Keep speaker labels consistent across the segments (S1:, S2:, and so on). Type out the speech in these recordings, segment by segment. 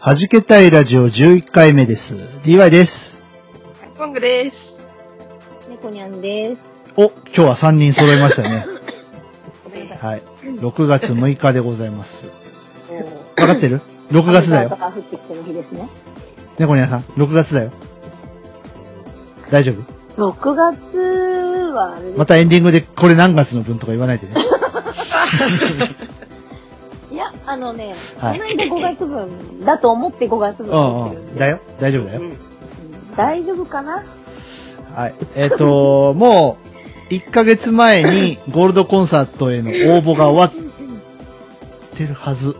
S1: はじけたいラジオ11回目です。DY です。
S2: モングです。
S3: 猫にゃんです。
S1: お、今日は3人揃いました ね。
S2: ごめんなさい。
S1: はい。6月6日でございます。
S3: お
S1: わかってる ?6 月だよ。
S3: が降ってきてる日ですね。
S1: 猫ニャンさん、6月だよ。大丈夫
S3: 6月はあれです、
S1: またエンディングでこれ何月の分とか言わ ないでね。
S3: いや、あのね、
S1: はい
S3: この間5月分だと思って5月分
S1: う
S3: だ
S1: ん
S3: っ
S1: う
S3: てるん
S1: ん。
S3: で
S1: だよ。大丈夫だよ。
S3: うん大丈夫かな
S1: はい。えっ、と、もう、1ヶ月前にゴールドコンサートへの応募が終わってるはず。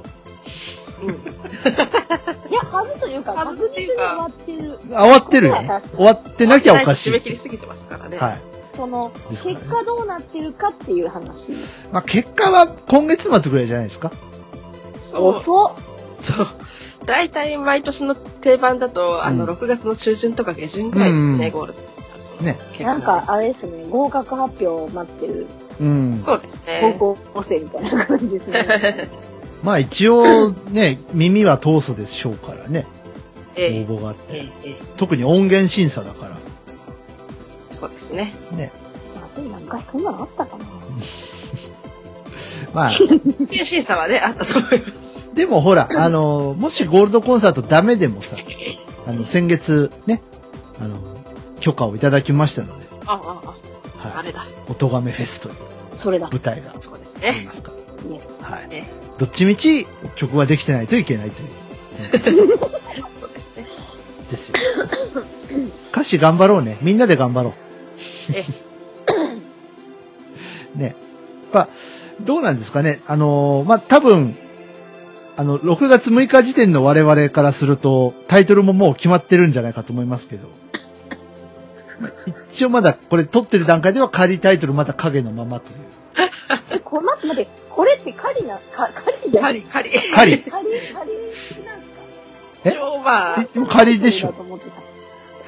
S3: いや、はずというか、
S2: は
S3: 確
S2: ずっ
S3: 実
S2: てい
S3: に
S2: う
S3: 終
S2: か
S3: わってる。
S1: あ終わってるよ ね。終わってなきゃおかし
S2: 締め
S1: い。
S2: 切りすぎてますからね。
S1: はい。
S3: その、
S1: です
S3: 結
S1: からね
S3: 果どうなってるかっていう話。
S1: まあ、結果は今月末ぐらいじゃないですか。
S2: そう。そ
S3: 遅っ。
S2: う。大体毎年の定番だと、あ
S1: う
S2: の、
S1: ん
S2: 6月の中旬とか下旬ぐらいですね、
S1: うん
S2: ゴールドさんとの
S1: ね
S2: 結果
S3: なんか、あれですね、合格発表を待ってる
S1: うん。
S2: そうですね。
S3: 高校生みたいな感じですね。
S1: まあ一応ね、 耳は通すでしょうからね、応
S2: ええ、
S1: 募があっ
S2: え
S1: て。
S2: え、え
S1: 特に音源審査だか
S2: え、そうですね。
S1: ら。ね。
S3: あでもなんかそんなのあったかな
S1: まあ、
S2: で審査はね、あったと思います。
S1: でもほら、あの、もしゴールドコンサートダメでもさ、あの、先月ね、あの、許可をいただきましたので、
S2: ああ、ああ、あ
S1: はい。
S2: れだ。
S1: おとがめフェスという
S3: それだ。
S1: 舞台があ
S2: そうです
S1: り
S2: ね。
S1: ますから。
S3: ね
S1: はい。
S2: え
S1: どっちみち曲はできてないといけないと いう、
S2: え、そうですね。
S1: ですよ。歌詞頑張ろうね。みんなで頑張ろう。
S2: ええ、
S1: ね。まあ、どうなんですかね。あのーまあ、多分、あの、6月6日時点の我々からすると、タイトルももう決まってるんじゃないかと思いますけど。まあ一応まだ、これ撮ってる段階では仮タイトルまだ影のままという。
S3: これ待って待って、これって狩りな、か狩りじゃな
S2: カ
S3: い
S2: リ、カリ。
S1: 仮
S3: 狩り、狩りなんですか
S1: え
S2: 一応まあ、
S1: え仮でし
S3: だ
S1: ょ
S3: と。思ってた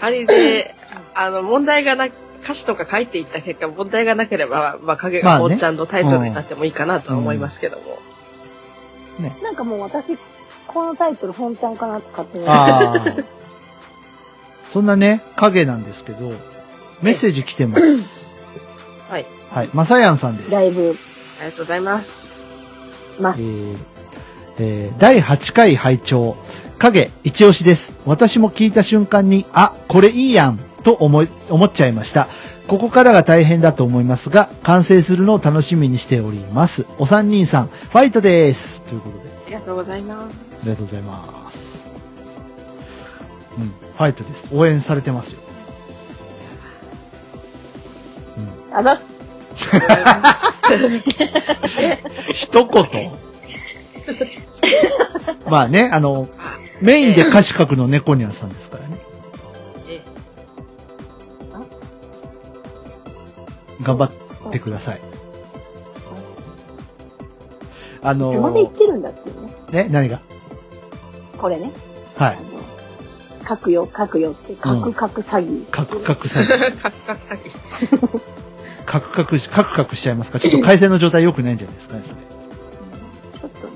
S2: カリで、あの、問題がな、歌詞とか書いていった結果、問題がなければ、まあ、影
S1: まあね
S2: がもうちゃんのタイトルになってもいいかなとは思いますけども。
S3: なんかもう私、このタイトル、本ちゃんかなって勝手に思って
S1: ああ。そんなね、影なんですけど、メッセージ来てます。
S2: はい。
S1: はい。まさやんさんです。
S3: だいぶ、
S2: ありがとうございます。
S1: えーえー第8回拝聴影一押しです。私も聞いた瞬間に、あ、これいいやんと思い、思っちゃいました。ここからが大変だと思いますが、完成するのを楽しみにしております。お三人さん、ファイトですということで、
S2: ありがとうございま
S1: ありがとうございます。うん、ファイトです。応援されてますよ。
S3: あざっす。
S1: 一言まあね、あの、メインで歌詞書くの猫ニャンさんですからね。
S2: え
S1: 頑張ってください。あ
S3: いつまで言っ
S1: の、
S3: てるんだっていうね。
S1: ね、何が
S3: これね。
S1: は
S3: あ
S1: い。
S3: の、書くよ、書くよって、書く書く詐欺。
S1: カクカク詐欺。
S2: カクカク詐欺。
S1: カクカクし、カクカクしちゃいますかちょっと回線の状態良くないんじゃないですかね、それ。
S3: ちょっとね、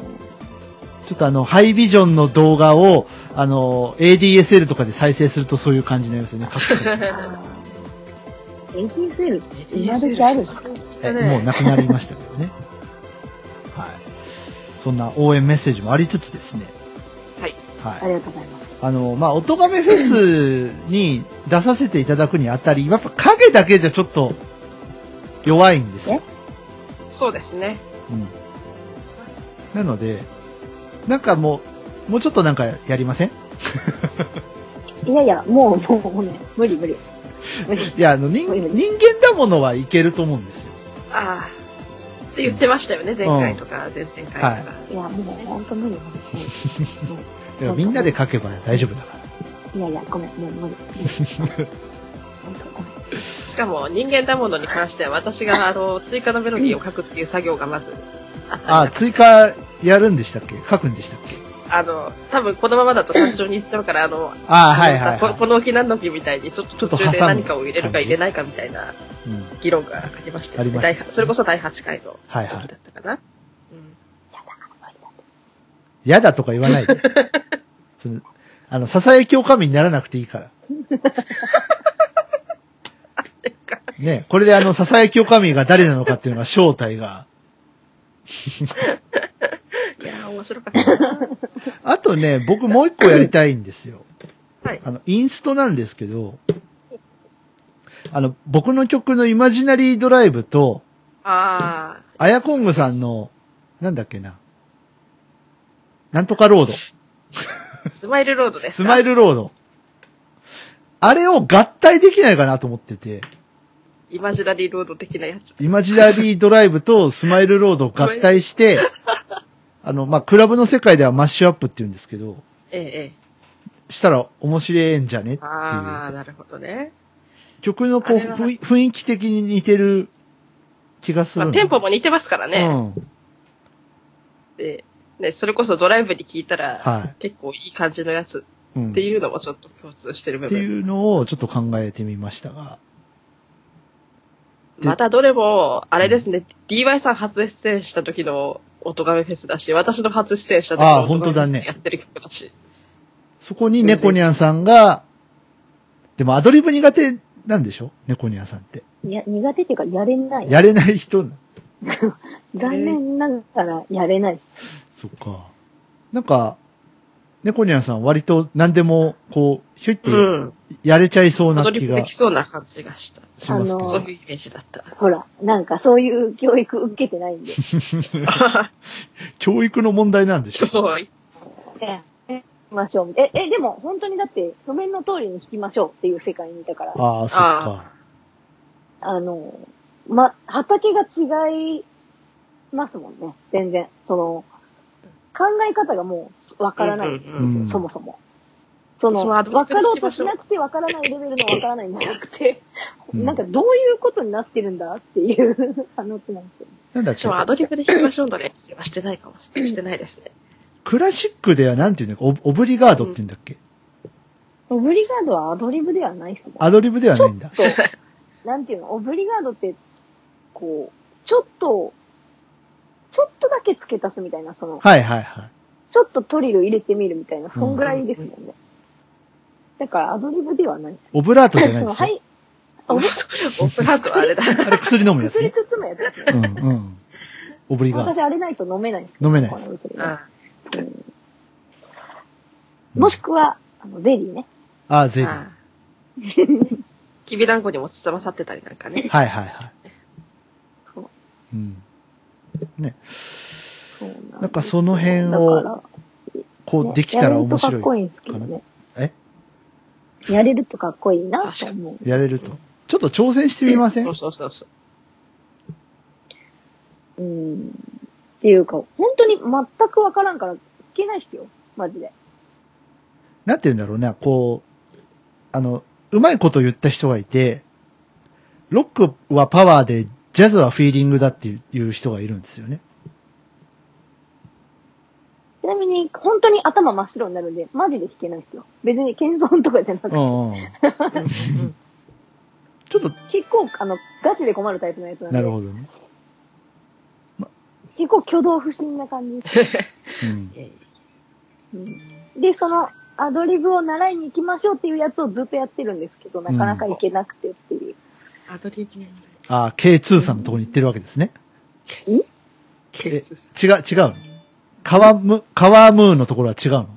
S1: ちょっとあの、ハイビジョンの動画を、あの、ADSL とかで再生するとそういう感じになりますよね、カクカク。
S3: あー ATSL、今
S2: ADSL
S3: 時あるんですか
S1: えもうなくなりましたけど ね。はい。そんな応援メッセージもありつつですね。
S2: はい。
S1: はい
S3: あ。りがとうございます。
S1: あの、まあ、おとがめフェスに出させていただくにあたり、やっぱ影だけじゃちょっと弱いんですよ。
S2: そうですね。
S1: うん。なので、なんかもう、もうちょっとなんかやりません
S3: いやいや、もう、もうね、無理無理。無理。
S1: いや、あの、人、人間だものはいけると思うんですよ。
S2: ああ。って言ってましたよね、前回とか、前々回とか。
S1: はい
S3: いや、もう、ほんと無理。無理
S1: だからみんなで書けば大丈夫だから。
S3: いやいや、ごめん、もう 無理。本当ごめん
S2: しかも人間だものに関しては私があの追加のメロディーを書くっていう作業がまずあった
S1: あ、追加やるんでしたっけ書くんでしたっけ
S2: あの多分このままだと単調に言っちゃうからあの
S1: あーはいはい、
S2: こ
S1: は
S2: この木何の木みたいにちょっ
S1: ちょ
S2: と
S1: っと挟
S2: 途
S1: む
S2: 中で何かを入れる
S1: 感
S2: か
S1: じ。
S2: 入れないかみたいない
S1: うん。
S2: 議論がありました
S1: あり
S2: よね、
S1: ました
S2: 第八それこそ第8回の
S1: はいは
S2: 時
S1: い
S2: だ。ったかな、うん
S1: 嫌だとか言わないで。 その、あの、ささやきおかみにならなくていい から。ねこれであの、ささやきおかみが誰なのかっていうのが正体が。
S2: いやー面白かったな
S1: あとね、僕もう一個やりたいんですよ。
S2: はい
S1: あの、インストなんですけど、あの、僕の曲のイマジナリードライブと、
S2: ああ
S1: アヤコングさんの、なんだっけな、なんとかロード、
S2: スマイルロードです
S1: スマイ
S2: ル
S1: ルロード。あれを合体できないかなと思ってて、
S2: イマジナリーロード的なやつ
S1: イマジナリードライブとスマイルロードを合体 して、あの、まあ、クラブの世界ではマッシュアップって言うんですけど、
S2: ええええ
S1: したら面白いんじゃねっていう
S2: ああ。なるほどね、
S1: 曲のこう、
S2: あれは
S1: ふい雰囲気的に似てる気がす
S2: ま
S1: る
S2: あ、
S1: の。
S2: テンポも似てますからね、
S1: うん。
S2: でねそれこそドライブに聞いたら、
S1: は
S2: 結構いい感じのやつ
S1: い。うん、
S2: っていうのもちょっと共通してる部
S1: って
S2: 分
S1: いうのをちょっと考えてみましたが。
S2: またどれも、あれですね、DY さん初出演した時の音亀フェスだし、私の初出演した時
S1: ああ
S2: の音
S1: 本当だね
S2: 亀フェスやってる曲だし。
S1: そこに猫ニャンさんが、でもアドリブ苦手なんでしょ猫ニャンさんって。
S3: いや、苦手っていうか、やれない。
S1: やれない人な。
S3: 残念ながら、やれない。
S1: そっか。なんか、猫ニャンさん割と何でも、こう、ひょいっ
S2: う
S1: て
S2: ん。
S1: やれちゃいそう
S2: ア
S1: な
S2: ド
S1: 気
S2: リブで
S1: が
S2: き
S1: し
S2: そうな感じがした。
S1: ま
S3: あ
S1: す
S2: そう
S1: け
S3: の
S1: ど。
S2: いうイメージだ った。
S3: ほら、なんかそういう教育受けてないんで。
S1: 教育の問題なんでしょ
S2: そう言っ
S3: ええ、行きましょう。え、え、でも本当にだって、譜面の通りに弾きましょうっていう世界にいたから、あ
S1: ああ、そっか。
S3: の、ま、畑が違いますもんね。全然。その、考え方がもうわからないんですよ、
S2: うん
S1: うんうん
S3: そもそも。その、
S2: そう
S3: わ
S2: アドリブで
S3: か
S2: 弾
S3: ろう
S2: き
S3: と
S2: まし
S3: し
S2: ょう
S3: なくてわからないレベルのわからないんじゃなくて、
S1: うん
S3: なんかどういうことになってるんだっていう話なんですよ。
S1: なんだっ
S2: 私
S1: け
S2: もアドリブで弾きましょうの練習はしてないかもしれない。してないですね。
S1: クラシックではなんていうんだっけオオブリガードって言うんだっけ
S3: オブリガードはアドリブではないですもん。
S1: アドリブではないんだ。
S3: そう。なんていうの、オブリガードって、こう、ちょっと、ちょっとだけ付け足すみたいな、その、
S1: はいはいはい。
S3: ちょっとトリル入れてみるみたいな、そんぐらいですもんね。だからアドリブではないです。
S1: オブラートじゃない
S3: そ
S1: で
S3: の、
S1: す
S3: は
S1: よ。
S3: い、オブ
S2: オフハートはあ れだ。
S1: あれ薬飲むやつ
S3: 薬
S1: ね。
S3: 包むやつですね。
S1: うんうん。オブリガー
S3: 私
S1: ド。
S3: あれないと飲めないんです
S1: 飲めない
S3: こ
S1: で
S3: の
S1: す。
S3: 薬ね
S2: あ
S3: うんもしくは、あの、ゼリーね。
S1: ああ、ゼリー。は
S2: あ。きびだんごにもつまさってたりなんかね
S1: い。はいはい
S3: そう。
S1: うん。
S3: そうなんです
S1: なんかその辺
S3: だから
S1: を、こ
S3: ね
S1: うできたら面白
S3: やれるとかっこ
S1: い。
S3: いいんですけどね。
S1: え
S3: やれるとかっこいいなと思う。
S1: やれると。ちょっと挑戦してみません
S2: そうそうそうそう。
S3: うんっていうか、本当に全くわからんから、聞けないっすよ。マジで。
S1: なんて言うんだろうね。こう、あの、うまいこと言った人がいて、ロックはパワーで、ジャズはフィーリングだっていういう人がいるんですよね。
S3: ちなみに、本当に頭真っ白になるんで、マジで弾けないっすよ。別に謙遜とかじゃなく
S1: う
S3: て、
S1: んうん。
S2: うん
S1: ちょっと、
S3: 結構、あの、ガチで困るタイプのやつなんで、
S1: なるほどね。
S3: 結構挙動不審な感じです、
S1: うん。
S3: うんで、その、アドリブを習いに行きましょうっていうやつをずっとやってるんですけど、なかなかいけなくてっていう。
S2: アドリブの
S1: ああ、K2 さんのとこに行ってるわけですね。
S2: ケースさ
S1: 違う、違うの。カワム、カワムーンのところは違うの。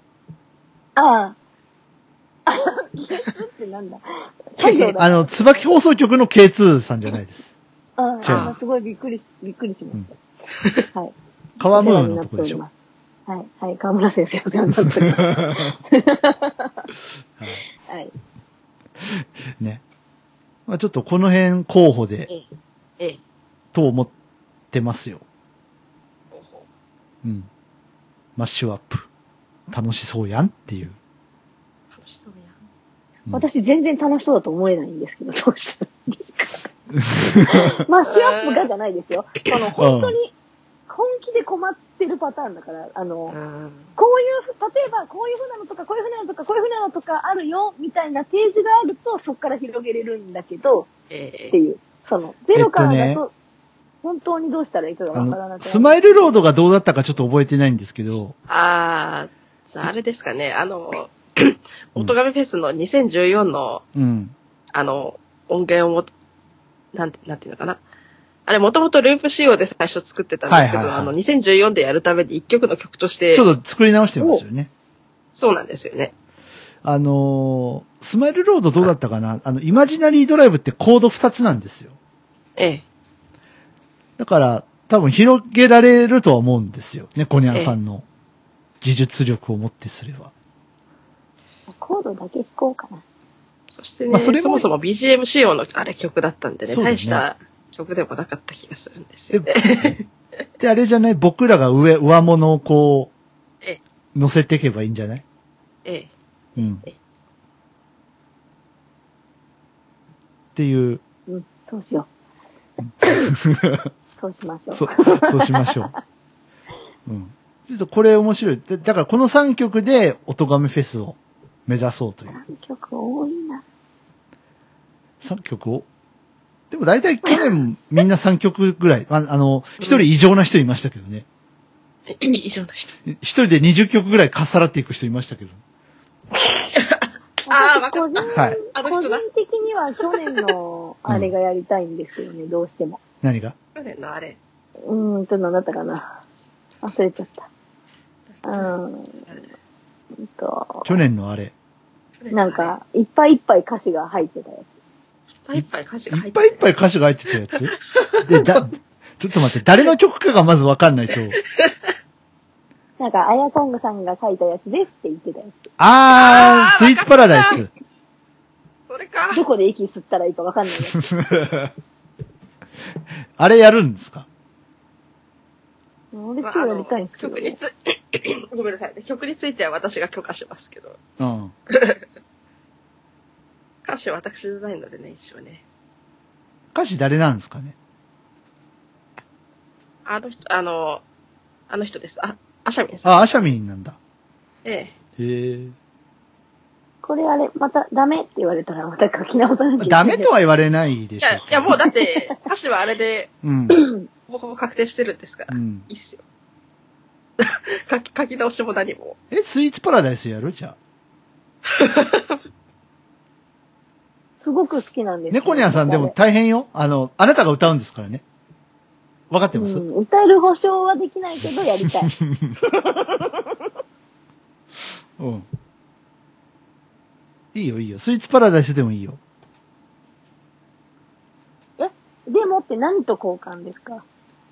S3: ああ。 あ、ってなんだ。作 業だ。
S1: あの、椿放送局の K2 さんじゃないです。
S3: あ
S1: 違う
S3: あ、すごいびっくりし、びっくりしました。はい。
S1: カワムーンのとこでしょ。
S3: はい、はい、河村先生お世話になっております。 はい。
S1: ね。まあちょっとこの辺候補で、
S2: ええ。
S1: と思ってますよ。うん。マッシュアップ。楽しそうやんっていう。
S2: 楽しそうや
S1: う
S2: ん。
S1: ん
S3: 私全然楽しそうだと思えないんですけど、そうしたんです か。マッシュアップがじゃないですよ。その、本当に、本気で困ってるパターンだから、あの、
S2: あ
S3: こういうふ、例えばこういうふうなのとか、こういうふうなのとか、こういうふうなのとかあるよ、みたいな提示があると、そこから広げれるんだけど、
S2: え
S3: っていう。その、ゼロから
S1: え
S3: だ
S1: っと
S3: と、本当にどうしたらいいかが
S1: あ
S3: わからな
S1: の、
S3: く
S1: ス
S3: な
S1: マ
S3: る。
S1: イルロードがどうだったかちょっと覚えてないんですけど、
S2: ああ、じゃああれですかね、あの、音亀フェスの2014の、
S1: うん。
S2: あの、音源をも、なんて、なんていうのかな。あれ、もともとループ仕様で最初作ってたんですけど、
S1: はいはいはい
S2: あの、2014でやるために一曲の曲として
S1: ち、ょっと作り直してますよね。
S2: そうなんですよね。
S1: あのースマイルロードどうだったかなあの、イマジナリードライブってコード2つなんですよ。
S2: ええ。
S1: だから、多分広げられるとは思うんですよ。ね、コニャンさんの技術力をもってすれば。
S3: コードだけ弾こうかな。
S2: そしてね、
S1: まあそ
S2: そ
S1: れも
S2: もそも BGM 仕様のあれ曲だったんでね、
S1: そうだね
S2: 大した曲でもなかった気がするんです
S1: で
S2: よね。、
S1: であれじゃない僕らが上、上物をこ
S2: え
S1: う、乗せていけばいいんじゃない
S2: ええ。
S1: うん。
S2: え
S1: っていう、
S3: うん、そうしよ う。そうしましょう。
S1: そ、そうしましょ う。うん。ちょっとこれ面白い。でだからこの3曲で、音亀フェスを目指そうという。
S3: 曲多いな。
S1: 3曲を。でも大体去 年みんな3曲ぐらい。ああの、1人異常な人いましたけどね。
S2: 以上の人。
S1: 1人で20曲ぐらいかっさらっていく人いましたけど。
S2: あー
S3: 私個人
S1: はい。
S2: あの
S3: 個
S2: 人
S3: 人
S2: だ。
S3: 的には去年のあれがやりたいんですよね、どうしても。
S1: 何が
S2: 去年のあれ。
S3: うーんと、なんだったかな。忘れちゃった。うーんと、
S1: 去年のあれ。
S3: なん、か、いっぱいいっぱい歌詞が入ってたや
S2: いっぱいいっぱい歌詞が
S1: い
S2: 入
S1: っ
S2: って
S1: ぱいいっぱい歌詞が入ってたやつ で、だ、ちょっと待って、誰の曲かがまずわかんないと。
S3: つ。なんか、あやこんぐさんが書いたやつですって言ってたや
S1: あー、スイーツパラダイス。
S2: それか
S3: つ。。どこで息吸ったらいいかわかんないやつ。
S1: あれやるんですか
S3: 俺
S2: ま
S3: 今
S2: あ
S3: 日
S2: あ
S3: や
S2: の
S3: りたいんですけど
S2: 曲に
S3: ね。
S2: つ、ごめんなさいね。曲については私が許可しますけど。
S1: うん。
S2: 歌詞は私じゃないのでね、一応ね。
S1: 歌詞誰なんですかね
S2: あの人、あの、あの人です。あ、アシャミンさん。
S1: あ、アシャミンなんだ。
S2: え
S1: へえ。
S3: これあれ、またダメって言われたらまた書き直さなきゃいけな
S1: ダ
S3: い。
S1: メとは言われないで
S2: え。い
S1: しょ
S2: や、
S1: う
S2: い
S1: けど。
S2: やもうだって、歌詞はあれで、
S1: うん。
S2: ほぼほぼ確定してるんですか
S1: う
S2: ら。い
S1: ん。
S2: いっすよ。 書き、書き直しも何も。
S1: え、スイーツパラダイスやるじゃ
S3: すごく好きなんで
S1: あ。
S3: すけど。
S1: 猫ニャンさんでも大変よ。あの、あなたが歌うんですからね。わかってます、
S3: うん、歌える保証はできない けど、やりたい。
S1: うん。いいよ、いいよ。スイーツパラダイスでもいいよ。
S3: でもって何と交換ですか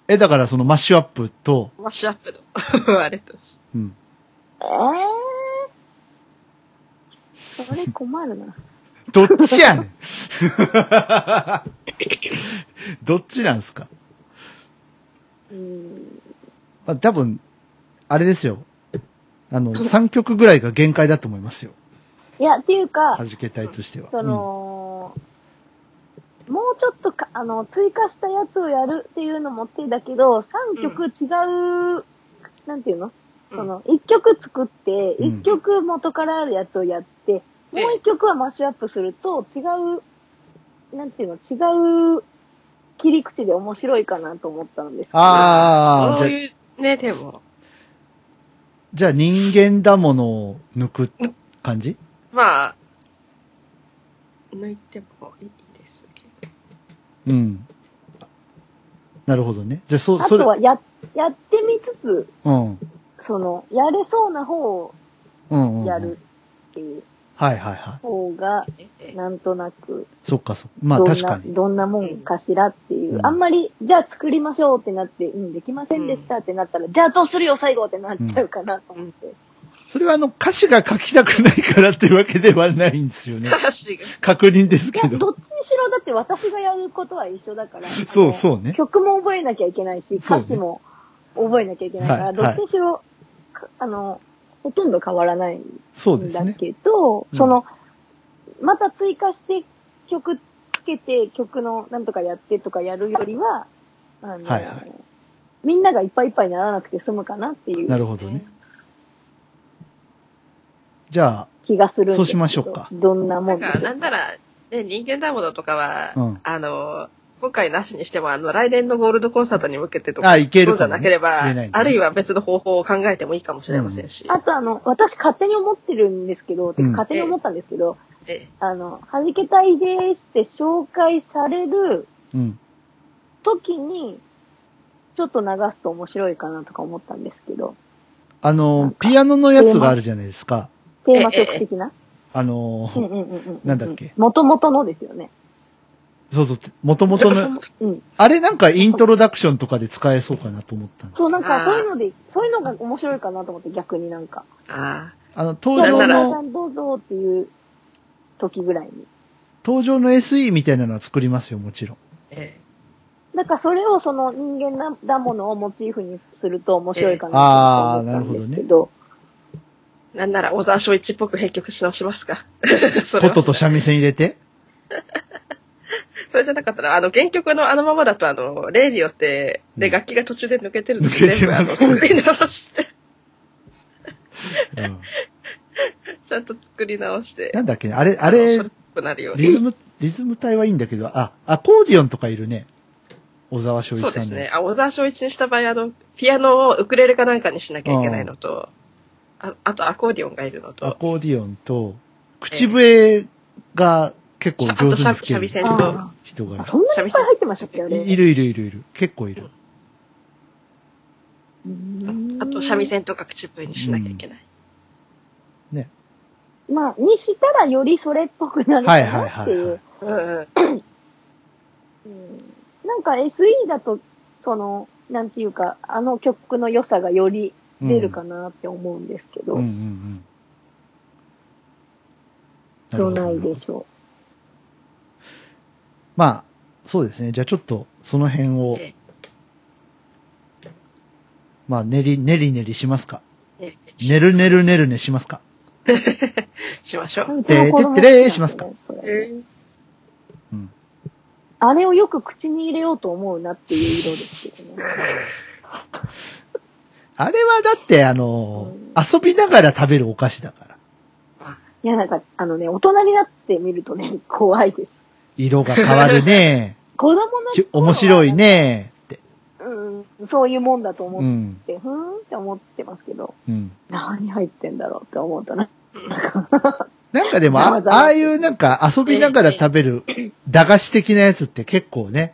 S1: え、だからそのマッシュアップと、
S2: マッシュアップの。 あれと。
S1: うん。
S3: ええそれ困るな。
S1: どっちやねんどっちなんすか
S3: うん。
S1: まあ、多分、あれですよ。あの、3曲 ぐらいが限界だと思いますよ。
S3: いや、っていうか
S1: 弾、け隊としては。
S3: その、もうちょっとか、あの、追加したやつをやるっていうのも手だけど、3曲違う、なんていうの
S2: うん
S3: その、1曲作って、
S1: うん
S3: 1曲元からあるやつをやって、
S2: ええ
S3: もう1曲はマッシュアップすると、違う、なんていうの違う切り口で面白いかなと思ったんですけど
S1: ああ、
S2: そ
S1: じゃ
S2: う
S1: あ、
S2: いうね、テーマ。
S1: じゃあ人間だものを抜く感じ
S2: まあ、抜いてもいいですけど。
S1: うん。なるほどね。じゃあ、そ、
S3: あ
S1: それ
S3: と、はや、やってみつつ、
S1: うん。うん
S3: その、やれそうな方を
S1: うんうん。
S3: やるっていう
S1: はいはいはい。
S3: 方が、
S2: ええ
S3: なんとなく、
S1: そっかそっか。まあ
S3: どん
S1: 確か
S3: な、
S1: に。
S3: どんなもんかしらっていうう。
S1: ん
S3: あんまり、じゃあ作りましょうってなって、うん、できませんでしたってなったら、じゃあどうするよ最後ってなっちゃうかなと思って。
S1: それはあの歌詞が書きたくないからっていうわけではないんですよ ね。
S2: 歌詞が。
S1: 確認です
S3: い
S1: け
S3: や、
S1: ど。
S3: どっちにしろだって私がやることは一緒だから。
S1: そう
S3: う。
S1: そうね。
S3: 曲も覚えなきゃいけないし、
S1: そうね
S3: 歌詞も覚えなきゃいけないから、
S1: はい
S3: どっちにしろ、かあの、ほとんど変わらないん
S1: そうです
S3: だ
S1: ね。
S3: けど、
S1: うん
S3: その、また追加して曲つけて曲のなんとかやってとかやるよりは、あの、
S1: はいはい
S3: みんながいっぱいいっぱいにならなくて済むかなってい
S1: な
S3: う
S1: るほどね。じゃ
S3: 気がするんですけ
S1: そ
S3: ど。
S1: うしましょうか
S3: どんな
S2: な
S3: も
S2: ん
S3: んで
S2: か、
S3: しょ
S2: な
S3: うん
S2: なら、ね、人間ダーモンドとかは、
S1: うん
S2: あの、今回なしにしても、あの、来年のゴールドコンサートに向けてと
S1: あ、
S2: か、
S1: あ、いけ
S2: そ
S1: る
S2: うじ
S1: か
S2: ゃ
S1: も、
S2: な
S1: ね。
S2: ければ、
S1: 知ない
S2: あるいは別の方法を考えてもいいかもしれませんし。
S3: あとあの、私勝手に思ってるんですけど、てか
S1: うん
S3: 勝手に思ったんですけど、
S2: え
S3: あの、弾けたいですって紹介される
S1: うん。
S3: 時に、ちょっと流すと面白いかなとか思ったんですけど、
S1: あ
S3: な
S1: の
S3: ん、か
S1: ピアノのやつがあるじゃないですか。
S3: テーマ曲的な、
S1: あの
S3: うん
S1: ー、
S3: うんうんうん。
S1: なんだっけ
S3: 元々のですよね。
S1: そうそう、もともとの、
S3: うん。
S1: あれなんかイントロダクションとかで使えそうかなと思ったんです
S3: そう、なん
S2: あー
S3: かそういうので、そういうのが面白いかなと思って逆になんか。
S2: あ
S1: あの、
S3: そう、
S1: 登
S3: お
S1: 場
S2: なんな
S3: 母
S1: の
S3: さ、んどうぞっていう時ぐらいに。
S1: 登場の SE みたいなのは作りますよ、もちろん。
S2: あ、え
S3: なんかそれをその人間なだものをモチーフにすると面白いか
S1: あ
S3: な
S1: ー
S3: とか思ったんですけ
S1: な
S3: ど、
S2: えなんなら、小沢昭一っぽく編曲し直します か。それ
S1: ポ
S2: は
S1: トと三味線入れて。
S2: それじゃなかったら、あの、原曲のあのままだと、あの、レディオって、
S1: う
S2: で、
S1: ん
S2: 楽器が途中で抜けてるの
S1: 抜けて
S2: 全部、あの、
S1: ます
S2: 作り直して、
S1: うん。
S2: ちゃんと作り直して、
S1: なんだっけねあれ、あ
S2: あ
S1: れ
S2: の、、くなるよう
S1: リズ
S2: に。
S1: ム、リズム体はいいんだけど、あ、アコーディオンとかいるね。小沢昭一さ
S2: そ
S1: ん
S2: うですね。
S1: の。
S2: あ、小沢昭一にした場合、あの、ピアノをウクレレかなんかにしなきゃいけないのと、ああとアコーディオンがいるの
S1: ア
S2: と、
S1: コーディオンと、口笛が結構上手に吹ける
S2: あと三味線と
S3: あ
S1: 人が
S3: ーそんなにいっぱい入ってましたっけあれ。
S1: いいるいるいるいる。結構いる。
S3: うーん
S2: あと三味。線とか口笛にしなきゃいけない。
S3: まあ、にしたらよりそれっぽくなる
S1: は
S3: か
S1: いはい
S3: な
S1: はい
S3: って
S1: はい
S3: いう。
S2: うんうん。
S3: うんなんか SE だと、その、なんていうか、あの曲の良さがより
S1: うん
S3: 出るかなって思うんですけど、
S1: うんうんうん。なる
S3: ど
S1: ほ
S3: な
S1: ど
S3: いでしょ
S1: まあ、そうですね。じゃあちょっと、その辺を
S2: ええ、
S1: まあ、練り、練り練りしますか。
S2: ね
S1: 練る練る練るねしますか。
S2: しましょ
S3: う。
S2: う。
S3: うちの子供
S1: てってれーしますか
S3: それ
S2: え
S1: うん。
S3: あれをよく口に入れようと思うなっていう色ですけどね。
S1: あれはだって、あの
S3: うん、
S1: 遊びながら食べるお菓子だから。
S3: いや、なんか、あのね、大人になってみるとね、怖いです。
S1: 色が変わるね。
S3: 子供の
S1: きゅ
S3: 頃は
S1: 面白い。ね。って。
S3: うん、そういうもんだと
S1: う
S3: 思っ
S1: ん。
S3: て、ふーんって思ってますけど、
S1: うん。
S3: 何入ってんだろうって思うとな。
S1: なんかでも、
S3: ま
S1: あ
S3: あまあ
S1: ああいうなんか遊びながら食べる駄菓子的なやつって結構ね、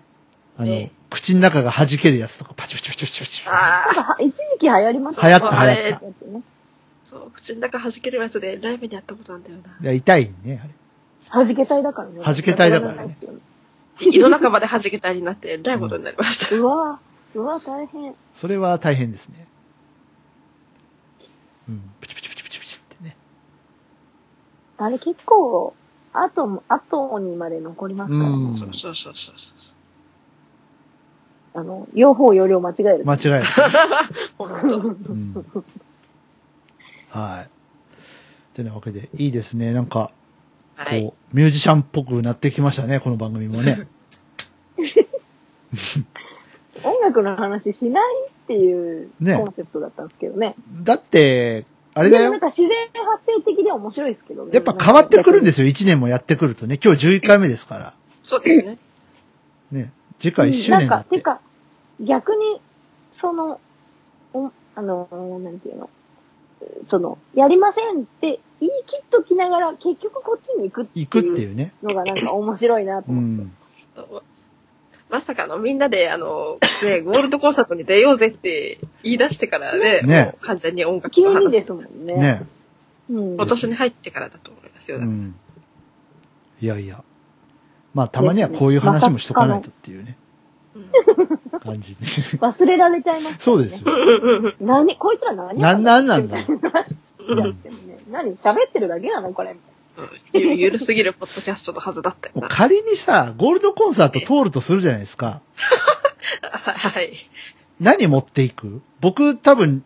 S1: あ
S2: え
S1: の
S2: え、
S1: 口の中が弾けるやつとかパチパチパチパチパチ。
S3: なんか
S2: ああ、
S3: は、一時期流行りました
S1: 流行った
S2: あ
S1: 流行っ
S2: れ、
S3: やつね
S2: そう、口の中弾けるやつで、ライブにやったことなんだよな。
S1: いや痛いね、あれ。
S3: 弾けたいだからね。
S1: 弾けたいだからね。
S2: 井の中まで弾けたりになって、えらいことになりました。
S3: うわぁ、うわぁ、大変。
S1: それは大変ですね。うん。プチプチプチプチプチってね。
S3: あれ結構、後も、後にまで残りますから
S1: う
S3: ね。
S1: ん
S2: そうそうそうそうそう。
S3: あの、用法用量間違える。
S1: 間違えない。
S2: 本
S1: うん。はい。てなわけで、いいですね。なんか、
S2: 当。
S1: こう、
S2: はい。
S1: ミュージシャンっぽくなってきましたね、この番組もね。
S3: 音楽の話しないっていう
S1: ね
S3: コンセプトだったんですけどね。
S1: だって、あれだ
S3: でもな
S1: よ
S3: ん。か自然発生的で面白いですけどね。。
S1: やっぱ変わってくるんですすよ、1年もやってくるとね。今日11回目ですから。
S2: そうですね。
S1: ね。次回1周
S3: う
S1: 年
S3: ん
S1: だ
S3: なん
S1: っ
S3: か、て
S1: て。
S3: か、逆に、その、おあのー、なんていうの、その、やりませんって言い切っときながら、結局こっちに行くって
S1: 行くって
S3: い
S1: いううね。
S3: のがなんか面白いな
S1: う
S3: と思って。
S1: ん。
S2: まさかのみんなで、あの、ね、ゴールドコンサートに出ようぜって言い出してからね、
S1: ね
S2: もう完全に音楽の
S3: 急にで
S2: 話。
S3: すもんね。
S1: ね。
S3: うん。
S2: 今年に入ってからだと思いますよ。
S1: うん。いやいや。まあ、たまにはこういう話もしとかないとっていうね、
S2: うん
S1: 感じで。
S3: 忘れられちゃいます、ね。
S1: そうです。よ。
S3: 何、こいつら何
S1: なんなんなんだ
S3: みたいな
S1: う
S3: やっ
S1: ん
S3: てもね何喋ってるだけなのこれ。
S2: ゆゆるすぎるポッドキャストのはずだったよ
S1: もう
S2: な。
S1: 仮にさ、ゴールドコンサート通るとするじゃないですか。
S2: はい。
S1: 何持っていく僕多分、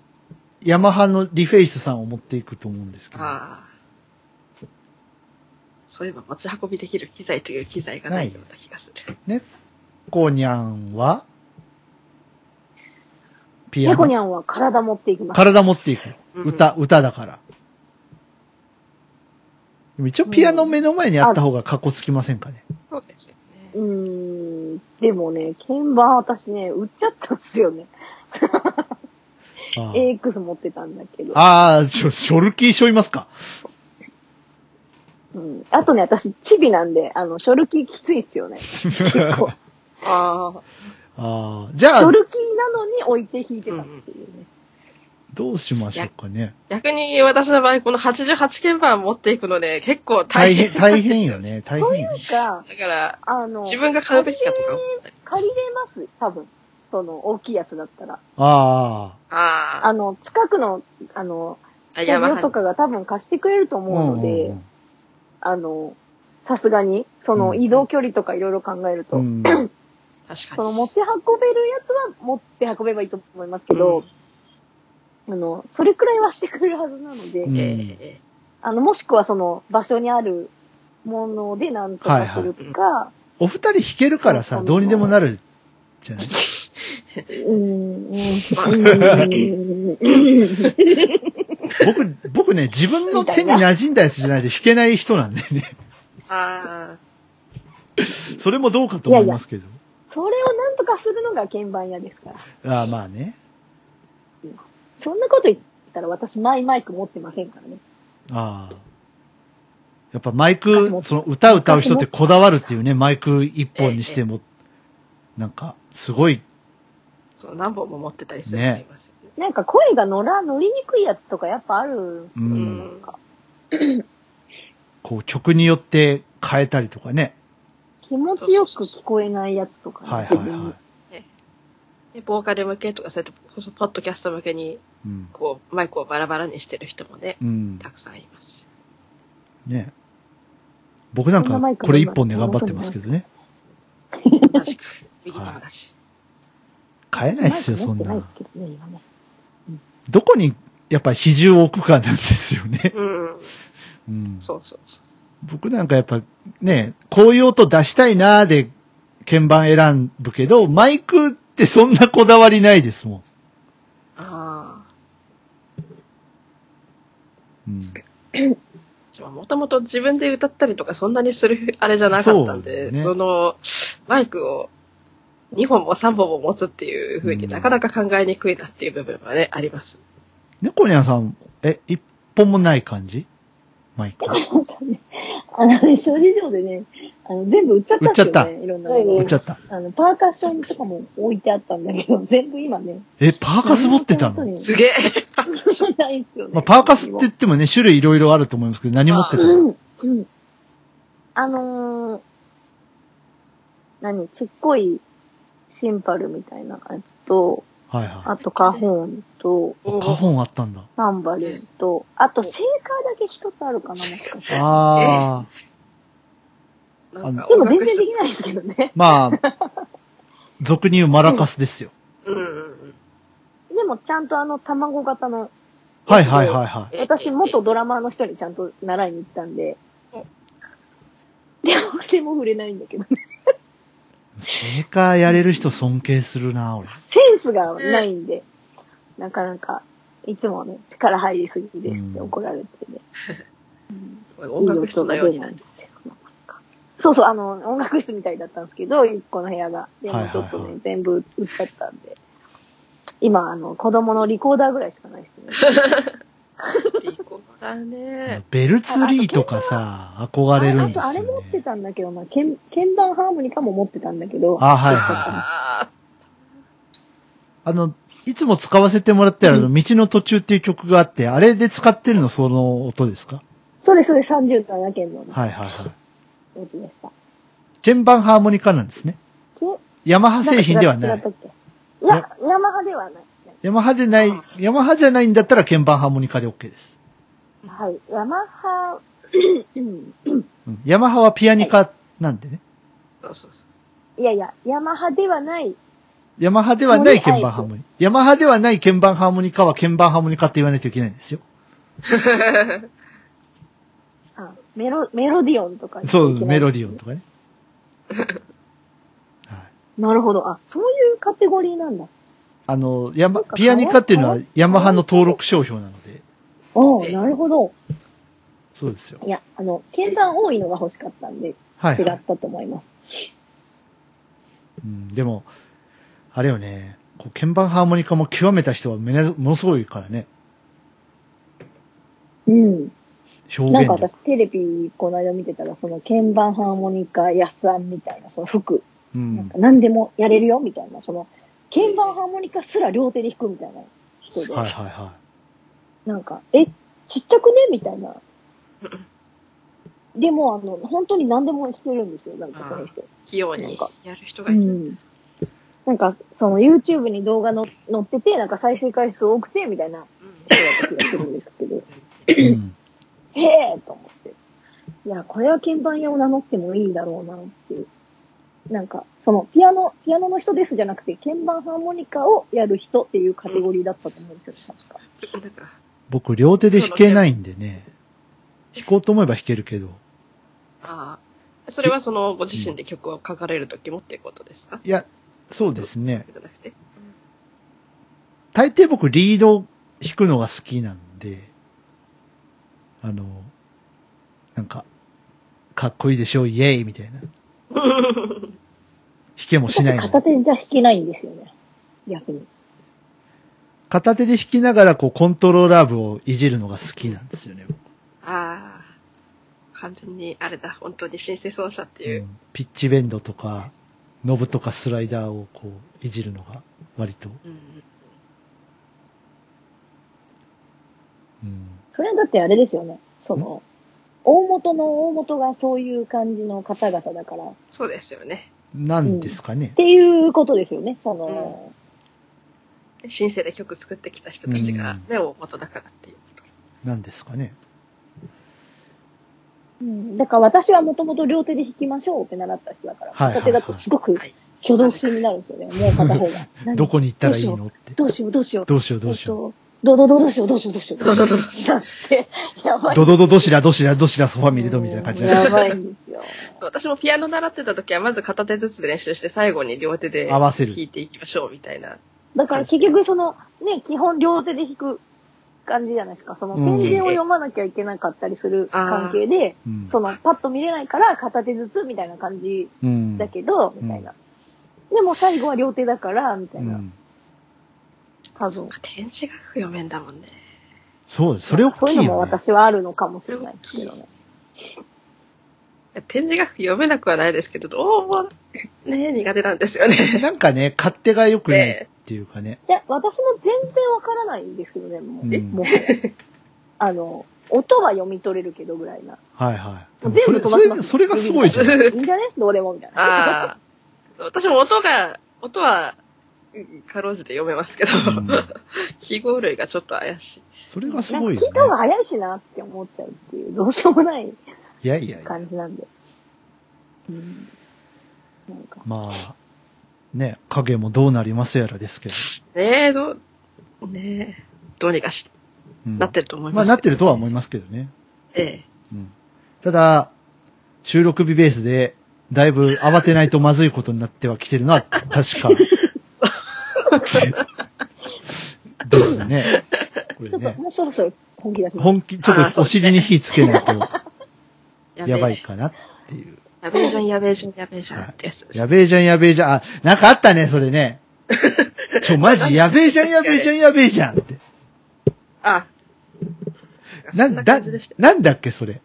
S1: ヤマハのリフェイスさんを持っていくと思うんですけど。
S2: ああ。そういえば持ち運びできる機材という機材がないような気がする。
S1: 猫にゃんはピア
S3: 猫に
S1: ノ。
S3: ゃんは体持っていきます。
S1: 体持っていく。
S2: うん
S1: 歌、歌だから。でも一応ピアノ目の前にあった方が格好つきませんかね。
S2: そうですよね。
S3: うーん。でもね、鍵盤私ね、売っちゃったんですよね。
S1: ああ
S3: AX 持ってたんだけど。
S1: ああ、しょ、ショルキーしょいますか。
S3: うん、あとね、私、チビなんで、あの、ショルキーきついっすよね。結 構。
S2: あ
S1: ああ、じゃ
S3: ショ
S1: あ、
S3: ルキーなのに置いて弾いてたっていうね。
S1: どうしましょうかね
S2: あ。。逆に私の場合、この88鍵盤持っていくので、結構
S1: 大
S2: 大変。
S1: 変、大変よ ね。大変よね。
S2: だ
S3: が、
S2: から、
S3: あの、
S2: 自分が買うべきかとか思ったり。
S3: 借りれます多分。その、大きいやつだったら。
S1: あ
S2: あ
S3: あの、近くの、あの、
S2: あ、
S3: スタ
S2: 山
S3: ジオと
S2: 派。
S3: かが多分貸してくれると
S1: あ。
S3: 思うので、
S1: うん
S3: あの、さすがに、そうの
S1: ん
S3: 移動距離とかいろいろ考えると、
S1: うんうん。
S2: 確
S3: そ
S2: か
S3: の
S2: に。
S3: 持ち運べるやつは持って運べばいいと思いますけど、あの、それくらいはしてくれるはずなので、
S1: うん
S2: ええ
S3: あの、もしくはその場所にあるものでなんとかするか、
S1: お二人弾けるからさ、
S3: そうそう
S1: どうにでもなるじゃない。
S3: うーん、うーん
S1: 僕、僕ね、自分の手に馴染んだやつじゃないと弾けない人なんでね。
S2: あ
S1: それもどうかと思いますけど。
S3: それをなんとかするのが鍵盤屋ですから。
S1: ああ、まあね。
S3: そんなこと言ったら私マイマイク持ってませんからね。
S1: ああ。やっぱマイク、その歌歌う人ってこだわるっていうね、マイク一本にしても、なんか、すごい、
S2: あ、そう何本も持ってたりする人いますよね。
S3: なんか声が乗ら、乗りにくいやつとかやっぱある。
S1: う、
S2: うんん。
S1: こう曲によって変えたりとかね。
S3: 気持ちよく聞こえないやつとか、ね、
S1: はいはい
S3: 自分
S1: は
S3: に
S1: い。
S2: でボーカル向けとか、そうやって、ポッドキャスト向けに、
S1: うん。
S2: こう、マイクをバラバラにしてる人もね、
S1: うん。
S2: たくさんいますし。
S1: ね。僕なんか、これ一本で頑張ってますけどね。
S2: 同じく、右と同じ。
S1: 変えないっすよ、
S3: マイ
S1: そ
S3: ク
S1: ん
S3: 持って
S1: な
S3: ないで。すけどね、今ね。
S1: どこに、やっぱ比重を置くかなんですよね。
S2: うん。
S1: うん。
S2: そうそうそう。
S1: 僕なんかやっぱね、こういう音出したいなーで鍵盤選ぶけど、マイクってそんなこだわりないですも
S2: ああ。
S1: ん。うん、
S2: でももともと自分で歌ったりとかそんなにするあれじゃなかったんで、
S1: そう
S2: そ,、
S1: ね
S2: の、マイクを2本も3本も持つっていう風
S1: う
S2: に
S1: ん
S2: なかなか考えにくいなっていう部分はね、あります。
S1: 猫ニャンさん、え、一本もない感じマイク。
S3: あのね、諸事情でね、あの、全部売っちゃったんです
S1: 売っちゃ
S3: よ、ね。
S1: った
S3: いろんな
S1: 売
S3: の
S1: っち
S3: が。
S1: ゃった。
S3: あの、パーカッションとかも置いてあったんだけど、 全部今ね。
S1: え、パーカス持ってた
S3: 手元
S1: の
S3: に
S2: すげえ
S3: ないんですよね。
S1: まあ、パーカスって言ってもね、種類いろいろあると思いますけど、何持ってた
S3: う
S1: の
S3: ん、うん。あのー、何、ちっこいシンパルみたいなやつと、
S1: はいは
S3: あとカホーンと、
S1: い。あカホンあったんだ。
S3: タンバリンと、あとシェーカーだけ一つあるかな、もしかして。
S1: ああ。
S2: なんか
S3: で
S2: 音
S3: も全
S2: 楽
S3: 然
S2: 室
S3: できないですけどね。
S1: まあ、俗に言うマラカスですよ。
S2: うんうんうん。
S3: でもちゃんとあの卵型の、
S1: はいはいはい はい。
S3: 私元ドラマーの人にちゃんと習いに行ったんで、でも、でも触れないんだ けどね。
S1: シェーカーやれる人尊敬するな、俺。
S3: センスがないんで、なかなか、いつもはね、力入りすぎですって怒られてね。
S2: 音楽室のようになる。
S3: ですよ。そうそう、あの、音楽室みたいだったんですけど、一個の部屋が。で
S1: はいは
S3: も
S1: い
S3: ちょ
S1: はい
S3: っとね、全部売っちゃったんで。今、あの、子供のリコーダーぐらいしかないですね。
S2: いい子だね。
S1: ベルツリーとかさ、憧れるんですよ、ね。
S3: ああと、あれ持ってたんだけどな、鍵鍵盤ハーモニカも持ってたんだけど、
S1: あ、はいはいはい。
S2: あ
S1: あの、いつも使わせてもらってる、あ
S3: う
S1: の、道の途中っていう曲があって、あれで使ってるのその音ですか
S3: そうです、そうです、37件の
S1: はいはいはい。
S3: やつでした。
S1: 鍵盤ハーモニカなんですね。
S3: け
S1: ヤマハ製品では
S3: んか
S1: な
S3: 違っ
S1: い
S3: た。っけいや、ヤマハではない。
S1: ヤマハでない、ヤマハじゃないんだったら鍵盤ハーモニカで OK です。
S3: はい、ヤマハ、うん
S1: うんヤマハはピアニカなんでね。
S2: あ。そうそうそう。
S3: いやいや、ヤマハではない
S1: ヤマハではない鍵盤ハーモニー。ヤマハではない鍵盤ハーモニカは鍵盤ハーモニカって言わないといけないんですよ。
S3: あメロ、メロディオンとか。
S1: そう、メロディオンとかね。はい、
S3: なるほど。あ、そういうカテゴリーなんだ。
S1: あの、ヤマ、ピアニカっていうのはヤマハの登録商標なので、
S3: おおなるほど。
S1: そうですよ。
S3: いや、あの、鍵盤多いのが欲しかったんで、違
S1: はい。
S3: ったと思います。
S1: うん、でも、あれよね、こう鍵盤ハーモニカも極めた人はめなものすごいからね、
S3: うん。
S1: 表
S3: なん
S1: 現
S3: か
S1: 力
S3: 私、テレビ、この間見てたら、その、鍵盤ハーモニカ、安安みたいな、その服、
S1: う
S3: なん
S1: ん
S3: か。何でもやれるよ、みたいな、その、鍵盤ハーモニカすら両手で弾くみたいな人で、
S1: はいはいは
S3: なんか、え、ちっちゃくねみたいな。でも、あの、本当に何でも弾けるんですよ、なんかその人。
S2: 器用
S3: なん
S2: に
S3: か
S2: やる人
S3: う
S2: がいる。
S3: ん。なんか、その YouTube に動画の載ってて、なんか再生回数多くて、みたいな人だった気がするんですけど、
S1: い。うん、
S3: へえと思って。いや、これは鍵盤屋を名乗ってもいいだろうなっていう。なんか、その、ピアノ、ピアノの人ですじゃなくて、鍵盤ハーモニカをやる人っていうカテゴリーだったと思うんですよ、確か。
S2: うんなんか
S1: 僕、両手で弾けないんでね、弾こうと思えば弾けるけど、
S2: ああ。それはその、ご自身で曲を書かれるときもっていうことですか
S1: いや、そうですね。
S2: じゃなくて。
S1: 大抵僕、リード弾くのが好きなんで、あの、なんか、かっこいいでしょ、イエーイみたいな。弾けもしない
S3: 私、
S1: のに
S3: 片手じゃ弾けないんですよね。逆に。
S1: 片手で弾きながら、こう、コントローラー部をいじるのが好きなんですよね。僕
S2: ああ。完全に、あれだ、本当にシンセ奏者って
S1: う
S2: いう。
S1: ん、ピッチベンドとか、ノブとかスライダーをこう、いじるのが、割と。
S2: うん。
S1: うん。
S3: それはだってあれですよね。その、大元の大元がそういう感じの方々だから、っ
S2: そうですよね。
S1: なんですかね。
S3: ていうことですよね。その、
S2: シンセで曲作ってきた人たちが、ね、大元だからっていうこと。
S1: なんですかね。
S3: うん、だから私はもともと両手で弾きましょうって習った人だから、
S1: はいはいはい
S3: 片手だとすごく
S2: はい
S3: 挙動不審になるんですよね。もう片方が。何
S1: どこに行ったらいいのって。
S3: どうしよう、どうしよう。
S1: どうしようどうしよ
S3: う。どどどどうしよう、どうしよう、どうしよう。
S2: どうしようどう
S3: しよう。って、やば
S1: う。
S3: い。
S1: どどどどしらどしらどしらソファミレドみたいな感じになっ
S3: やばいんですよ。
S2: 私もピアノ習ってた時は、まず片手ずつ練習して、最後に両手で
S1: て合
S2: 弾
S1: わせる。
S2: いていきましょうみたいな。
S3: だから結局その、ね、基本両手で弾く感じじゃないですか。その、
S1: うん
S3: 点字を読まなきゃいけなかったりする関係で、
S1: うん。
S3: その、パッと見れないから片手ずつみたいな感じ
S1: うん。
S3: だけど、みたいな。でも最後は両手だから、みた
S1: う
S3: いな。
S1: ん。
S3: 多分。
S2: 展示楽譜読めんだもんね。
S1: そうです。それ大
S3: そうい
S1: き
S3: う
S1: い
S3: のも
S1: よね。
S3: 私はあるのかもしれないですけどね。
S2: 展示楽譜読めなくはないですけど、どうも、ね、苦手なんです よね。
S1: なんかね、勝手が良くないっていうかね。
S3: いや、私も全然わからないんですけどね、もう。
S1: うん
S3: もはやあの、音は読み取れるけどぐらいな。
S1: はいはい。で
S3: 全
S1: もそ
S3: 部
S1: れ、そ
S3: 飛ばしま
S1: れ、
S3: す
S1: それがすごいじゃん。
S3: いいんじゃねどうでもみたいな。
S2: ああ。私も音が、音は、うんかろうじて読めますけど、
S1: うん
S2: 記号類がちょっと怪しい。
S1: それがすごいよ
S3: 聞いた方
S1: ね。
S3: が早いしなって思っちゃうっていう、どうしようもない
S1: いやいやいや。
S3: 感じなんで。うん。なんか、
S1: まあ、ね、影もどうなりますやらですけど。
S2: ねえ、どう、ねえ、どうにかし、
S1: うん
S2: なってると思い
S1: ま
S2: ま
S1: あ、
S2: す。
S1: なってるとは思いますけどね。
S2: ええ。
S1: うん、ただ、収録日ベースで、だいぶ慌てないとまずいことになってはきてるのは確か。ですね。これ
S3: ちょっと
S1: ね。
S3: もうそろそろ本気出します。
S1: 本気、ちょっとお尻に火つけないと
S2: やべえ
S1: やばい。かなっていう。
S2: やべえじゃん、やべえじゃん、やべえじゃんってやつ。
S1: やべえじゃん、やべえじゃん。あ、なんかあったね、それね。ちょ、マジ、やべえじゃん、やべえじゃん、やべえじゃんって。
S2: あ、
S1: な、
S2: そんな
S1: だ
S2: 感じでした、
S1: なんだっけ、それ。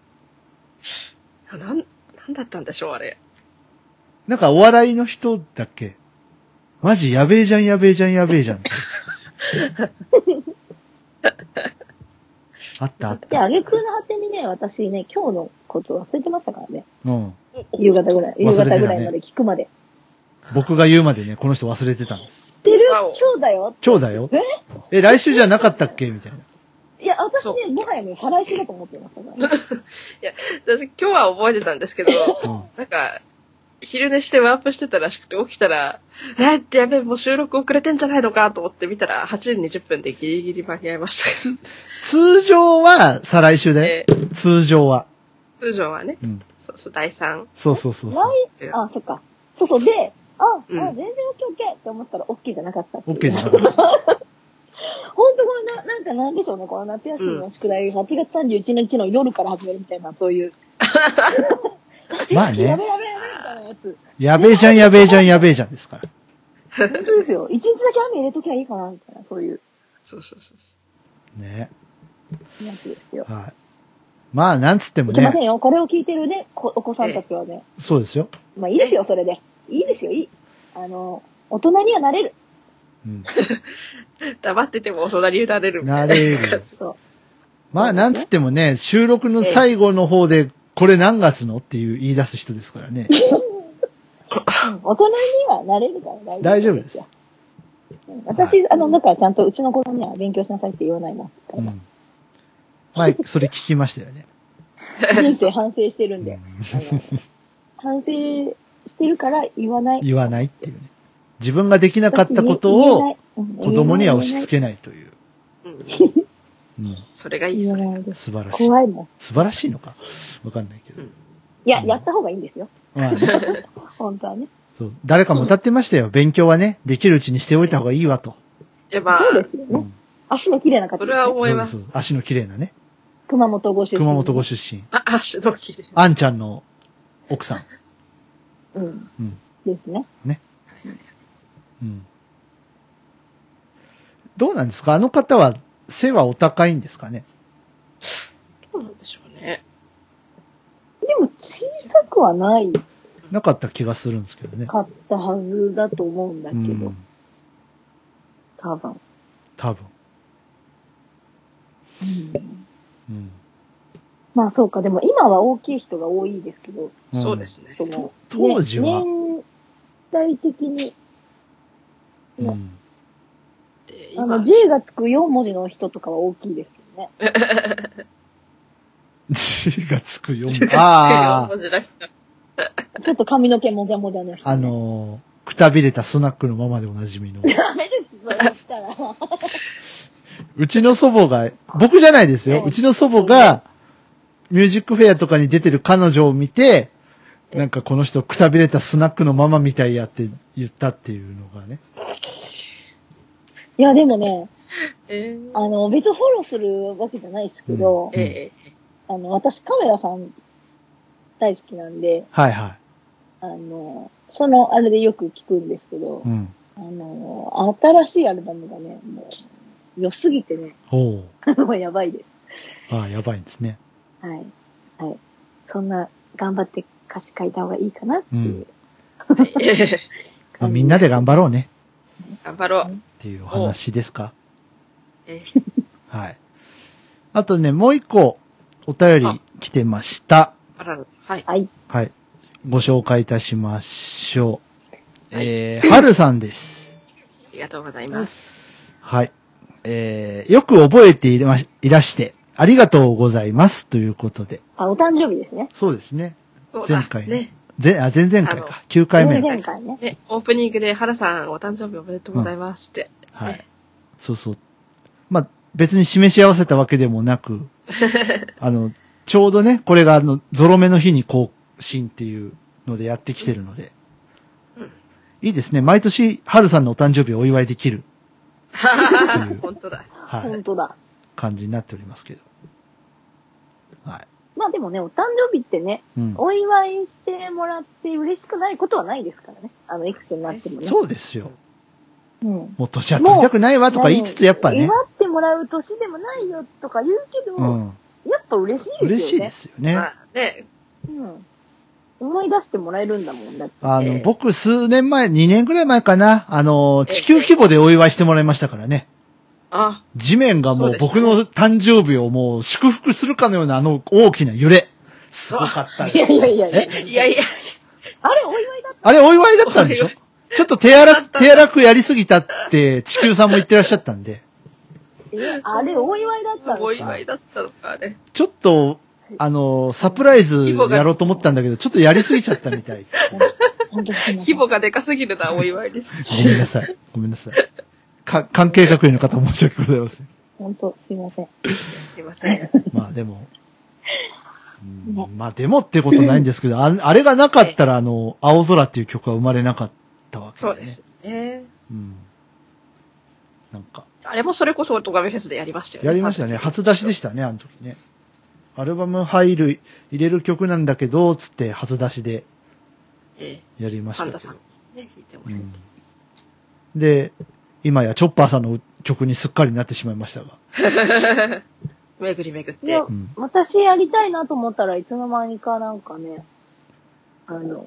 S2: なん、なんだったんでしょう、あれ。
S1: なんかお笑いの人だっけマジやべえじゃんやべえじゃんやべえじゃ んって。あったあっ
S3: で、
S1: た。
S3: あげくの果てにね、私ね、今日のこと忘れてましたからね。
S1: うん。
S3: 夕方ぐらい、
S1: 忘れて
S3: 夕
S1: たね
S3: 方ぐらいまで聞くまで。
S1: 僕が言うまでね、この人忘れてたんです。
S3: 知ってる
S2: わお
S3: 今日だよ
S1: 今日だよ。え、来週じゃなかったっけみたいな。
S3: いや、私
S2: そ
S3: ね、もはやね、再来週だと思ってましたから。
S2: 私今日は覚えてたんですけど、
S1: うん。
S2: なんか、一昼寝してワープしてたらしくて、起きたら、えー、やべえ、もう収録遅れてんじゃないのかと思って見たら、8時20分でギリギリ間に合いました。
S1: 通常は、再来週で、
S2: で、
S1: 通常は。
S2: 通常はね、
S1: うん
S2: そうそう、第3。
S1: そうそうそうそう。
S3: 来、あ、そっか。そうそう、で、あ、あ、
S2: うん
S3: 全然オッケーオッケーって思ったらオッケーじゃなかったっていう。
S1: OK じゃなかった。
S3: 本当このな、なんかなんでしょうね、この夏休みの宿題、8月31日の夜から始めるみたいな、そういう。
S1: まあね
S3: やべ、やべやべみたいなやつ。
S1: やべえじゃん、やべえじゃん、やべえじゃんですから。
S3: 本当ですよ。一日だけ雨入れときゃいいかな、みたいな、そういう
S2: そうそうそうそ
S1: ね。
S3: やつですよ。
S1: はい。まあ、なんつっても
S3: いけませ
S1: ね、
S3: んよ。これを聞いてるね、こお子さんたちはね。
S1: そうですよ。
S3: まあいいですよ、それで。いいですよ、いい。あの、大人にはなれる。
S1: うん。
S2: う。黙ってても大人に委ねるみた
S1: な
S2: いな。
S1: れる。
S3: そう。
S1: まあ、なんつってもね、収録の最後の方で、これ何月のっていう言い出す人ですからね。
S3: うん大人にはなれるから
S1: 大
S3: 大
S1: 丈
S3: 丈
S1: 夫
S3: 夫
S1: です
S3: よ。うん私、あの、だからちゃんとうちの子供には勉強しなさいって言わな いも。
S1: うんん。前、それ聞きましたよね。
S3: 人生反省してるん
S1: う
S3: で。
S1: ん
S3: あの 反省してるから言わない。
S1: 言わないっていうね。自分ができなかったことを子
S3: 子
S1: 供には押し付けないという。
S2: うん、
S1: うん。
S2: それがいい
S3: 言
S2: そ
S3: わ
S2: れ。
S3: ないです。
S1: 素晴らしい。
S3: 怖いもん。
S1: 素晴らしいのかわかんないけど。
S3: いや、やった方がいいんですよ。
S1: まあね、
S3: 本当はね。
S1: そう。誰かも歌ってましたよ。勉強はね、できるうちにしておいた方がいいわと。
S2: いや、まあ、
S3: そうですよ
S1: う
S3: ね。
S1: ん。
S3: 足の綺麗な方
S2: そ
S3: で
S2: れ
S3: す
S2: は
S3: ね。
S1: そ
S2: 思いうま。
S1: ですす。そうです足の綺麗なね。
S3: 熊本ご出身。
S1: 熊本ご出身。
S2: あ、足の綺麗。
S1: あんちゃんの奥さん。
S3: うん
S1: うん。
S3: ですね。
S1: うん。どうなんですかあの方は背はお高いんですかね
S2: どうなんでしょうね。
S3: でも小さくはない
S1: なかった気がするんですけどね。
S3: かったはずだと思うんだ
S1: う
S3: けど
S1: ん、。
S3: 多分。
S1: 多分。
S3: うん
S1: うん。
S3: まあそうか、でも今は大きい人が多いですけど、
S1: ん
S2: そうで。すね
S3: そ。の、
S1: 当時は
S3: ね年代的に、
S1: う。
S3: うん
S2: で
S3: あ
S2: 今
S3: の、、J がつく4文字の人とかは大きいですけどね。
S1: 字がつくよ。あ
S2: 手が文字だけど
S3: ちょっと髪の毛もじゃもじゃの人、
S1: あ、あ、のーくたびれたスナックのままでおなじみの。
S3: ダメです、それ言ったら。
S1: うちの祖母が、僕じゃないですよ。
S3: うん
S1: うちの祖母が、ミュージックフェアとかに出てる彼女を見て、なんかこの人くたびれたスナックのままみたいやって言ったっていうのがね。
S3: いや、でもね、
S2: え
S3: あ
S2: ー
S3: の、別にフォローするわけじゃないですけど、
S2: えー
S3: あの、私カメラさん大好きなんで、
S1: はいは
S3: あの、その、あれでよく聞くんですけど
S1: い。う、ん。
S3: あの、新しいアルバムがね、もう、良すぎてね、
S1: ほ
S3: もうやばいです。
S1: う。ああ、やばいんですね。
S3: はい。はい。そんな、頑張って歌詞書いた方がいいかなっていう
S2: えー
S1: まあみんなで頑張ろうね
S2: 頑張ろう。
S1: っていうお話ですか。
S2: え
S1: はい。あとね、もう一個お便り来てました。
S2: あらら、はい。
S3: はい。
S1: はい。ご紹介いたしましょう。えー、はるさんです。
S2: ありがとうございます。
S1: はい。えー、よく覚えていらしいらして、ありがとうございます。ということで。
S3: あ、お誕生日ですね。
S1: そうですね。
S2: そうだ
S1: 前回ね
S2: ね。。
S1: ぜあ前々回
S2: あの
S1: か。9回目。
S3: 前回ね。
S2: ね、オープニングで、原さん、お誕生日おめでとうございますって。
S1: はい。そうそう。まあ、別に示し合わせたわけでもなく、あの、ちょうどね、これがあの、ゾロ目の日に更新っていうのでやってきてるので
S2: うん、
S1: いいですね。毎年、春さんのお誕生日をお祝いできる、ん
S2: 本当だ。
S1: は
S3: 本
S1: い、
S3: 当だ。
S1: 感じになっておりますけど。はい。
S3: まあでもね、お誕生日ってね、
S1: うん。
S3: お祝いしてもらって嬉しくないことはないですからね。あの、いくつになってもね。
S1: そうですよ。
S3: うん。
S1: もう年は取りたくないわとか言いつつ、やっぱね、
S3: 祝ってもらう年でもないよとか言うけど、
S1: うん。
S3: やっぱ嬉しいですよね。
S1: 嬉しいですよね
S2: ま。あね、
S3: うん。思い出してもらえるんだもんだって。
S1: あの、
S2: ええ
S1: 僕、数年前、2年ぐらい前かな、あの、地球規模でお祝いしてもらいましたからね。
S2: あ、
S1: 地面がも
S2: そううですね
S1: 僕の誕生日をもう祝福するかのようなあの大きな揺れ。すごかった
S3: いや
S1: ね。
S3: いやいやいや。
S2: いやいや、
S3: あれ、お祝いだっ
S1: あれお祝いだったんでしょ
S2: お祝
S1: ちょっと手荒
S2: だ
S1: す、
S2: った
S1: 手荒くやりすぎたって地球さんも言ってらっしゃったんで、
S3: た。あれ、お祝いだったん
S2: お
S3: ですか
S2: 祝いだったのか、あれ。
S1: ちょっと、あの、サプライズやろうと思ったんだけど、ちょっとやりすぎちゃったみたいってね、
S3: 本当にすいませ
S2: 規
S3: ん
S2: 模がでかすぎるな、お祝いです。
S1: ごめんなさい。ごめんなさい。か、関係学園の方申し訳ございません。
S3: 本当、すいません。
S2: すいません。
S1: まあでも。うん
S3: ね
S1: まあでもってことないんですけど、ああれがなかったら、あの、青空っていう曲は生まれなかったわけ
S2: そう
S1: で
S2: で
S1: ね。
S2: すね。
S1: うん。なんか、
S2: あれもそれこそオトガメフェスでやりましたよね。
S1: やりましたね。初出しで
S2: し
S1: したね、あの時ね。アルバム入る、入れる曲なんだけど、つって初出しで
S2: た。え
S1: やりま
S2: え
S1: したけ
S2: パン
S1: ど
S2: ダさんにね、弾いても
S1: う
S2: らって。
S1: ん。で、今やチョッパーさんの曲にすっかりなってしまいましたが。
S2: めぐりめぐっ
S3: い
S2: て
S3: や。
S1: う、ん。
S3: 私やりたいなと思ったらいつの間にかなんかね、あの、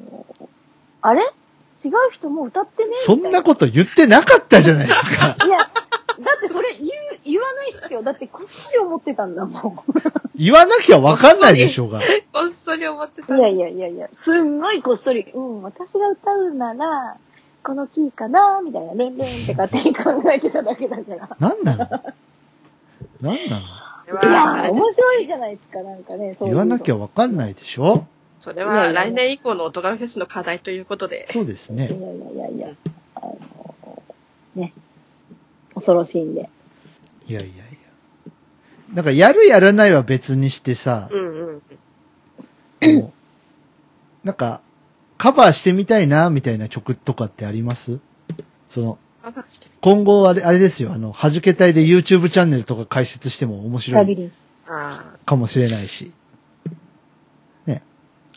S3: あれ違う人もう歌ってね
S1: そんな
S3: こ
S1: こと言ってなかったじゃないです か。
S3: と。いや、だってそれ言う、言わないっすよ。だってこっそり思ってたんだも
S1: 言わなきゃわかんないでしょうが。
S2: こっそり思ってた
S3: ん。い。やいやいやいや、すんごいこっそり、うん、私が歌うなら、このキーかなみたいな、ルンルンって勝手に考えてただけだから。
S1: なんなのなんなの
S2: それ
S3: い
S2: はあ
S3: や
S2: れ
S3: ー、
S2: だ
S3: 面白いじゃないですか、なんかね。そうい
S1: 言
S3: うの
S1: わなきゃわかんないでしょ
S2: それ
S3: いやい
S2: は
S3: や
S2: 来年以降のオトガメフェスの課題ということで。
S1: そうです
S3: いやい
S1: ね。
S3: やいやいや、あの、ね。恐ろしいんで。
S1: いやいやいや。なんか、やるやらないは別にしてさ、
S2: うんうん。
S1: こうなんか、カバーしてみたいな、みたいな曲とかってありますその、
S2: カバーしてみ
S1: 今後あれ、あれですよ、あの、はじけ隊で YouTube チャンネルとか開設しても面白
S3: ラ
S1: い
S3: ビリンス。
S2: あ
S1: かもしれないし、ね、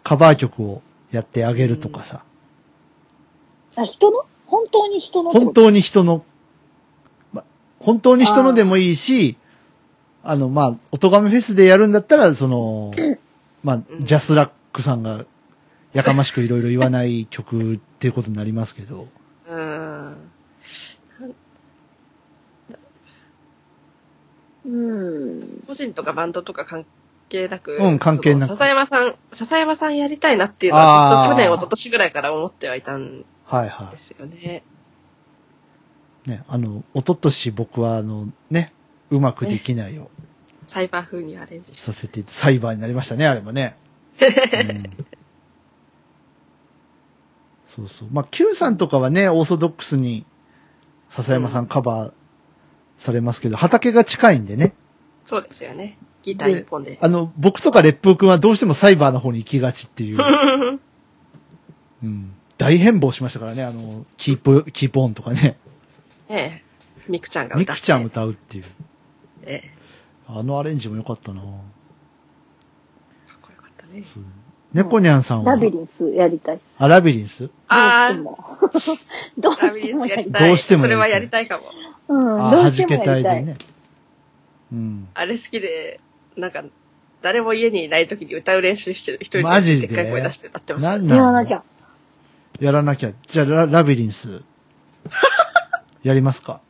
S1: カバー曲をやってあげるとかさ、
S3: あ、人の本当に人のってこ
S1: 本
S3: と
S1: 当に人の、ま、本当に人のでもいいし、あの、まあ、おとがめフェスでやるんだったら、その、まあ、
S2: うん
S1: ジャスラックさんが、やかましくいろいろ言わない曲っていうことになりますけど、
S2: あ。うん。なん
S3: うーん。
S2: 個人とかバンドとか関係なく。
S1: うん関係なく
S2: その笹山さん、笹山さんやりたいなっていうの
S1: あ
S2: は
S1: ー
S2: ずっと去年、一昨年ぐらいから思ってはいたん
S1: はいは
S2: ですよね。
S1: い。ね、あの、おととし僕は、あの、ね、うまくできないを
S2: サイバー風にアレンジして
S1: さ。せて、サイバーになりましたね、あれもね。うんそうそう。まあ、Q さんとかはね、オーソドックスに、笹山さんカバーされますけど、畑が近いんでね。
S2: そうですよね。ギター一本で。
S1: あの、僕とか烈風くんはどうしてもサイバーの方に行きがちっていう。うん。大変貌しましたからね、あの、キープ、キープオンとかね。
S2: ね え。ミクちゃんが
S1: ミ
S2: 歌っ
S1: ク
S2: て。
S1: ちゃん歌うっていう。
S2: え
S1: あのアレンジも良かったな
S2: え。かっこよかったね。
S1: そう。猫にゃんさんは
S3: ラ、ビリンスやりたいっす。
S1: あ、ラビリンス
S2: あ
S3: どうしても。どう
S2: あ、ラ
S3: し
S2: ビ
S3: て
S2: リ
S3: も
S2: ンス
S3: や
S2: や
S3: り
S2: り
S3: たい。
S2: たい。
S1: どうしてもやりたい
S2: それはやりたいかも。
S3: うん、
S1: あ、
S3: ど
S1: は
S3: うして
S1: じ
S3: も
S1: け
S3: や
S1: た
S3: り
S1: い
S3: た
S1: で
S3: い。
S1: ね。うん。
S2: あれ好きで、なんか、誰も家にいない時に歌う練習してる。一人
S1: マジで
S2: でっかい声出して歌ってまし
S1: な
S2: た。
S1: ん
S3: やらな
S1: なん
S3: きゃ。
S1: やらなきゃ。じゃあ、ララビリン ス。やりますか。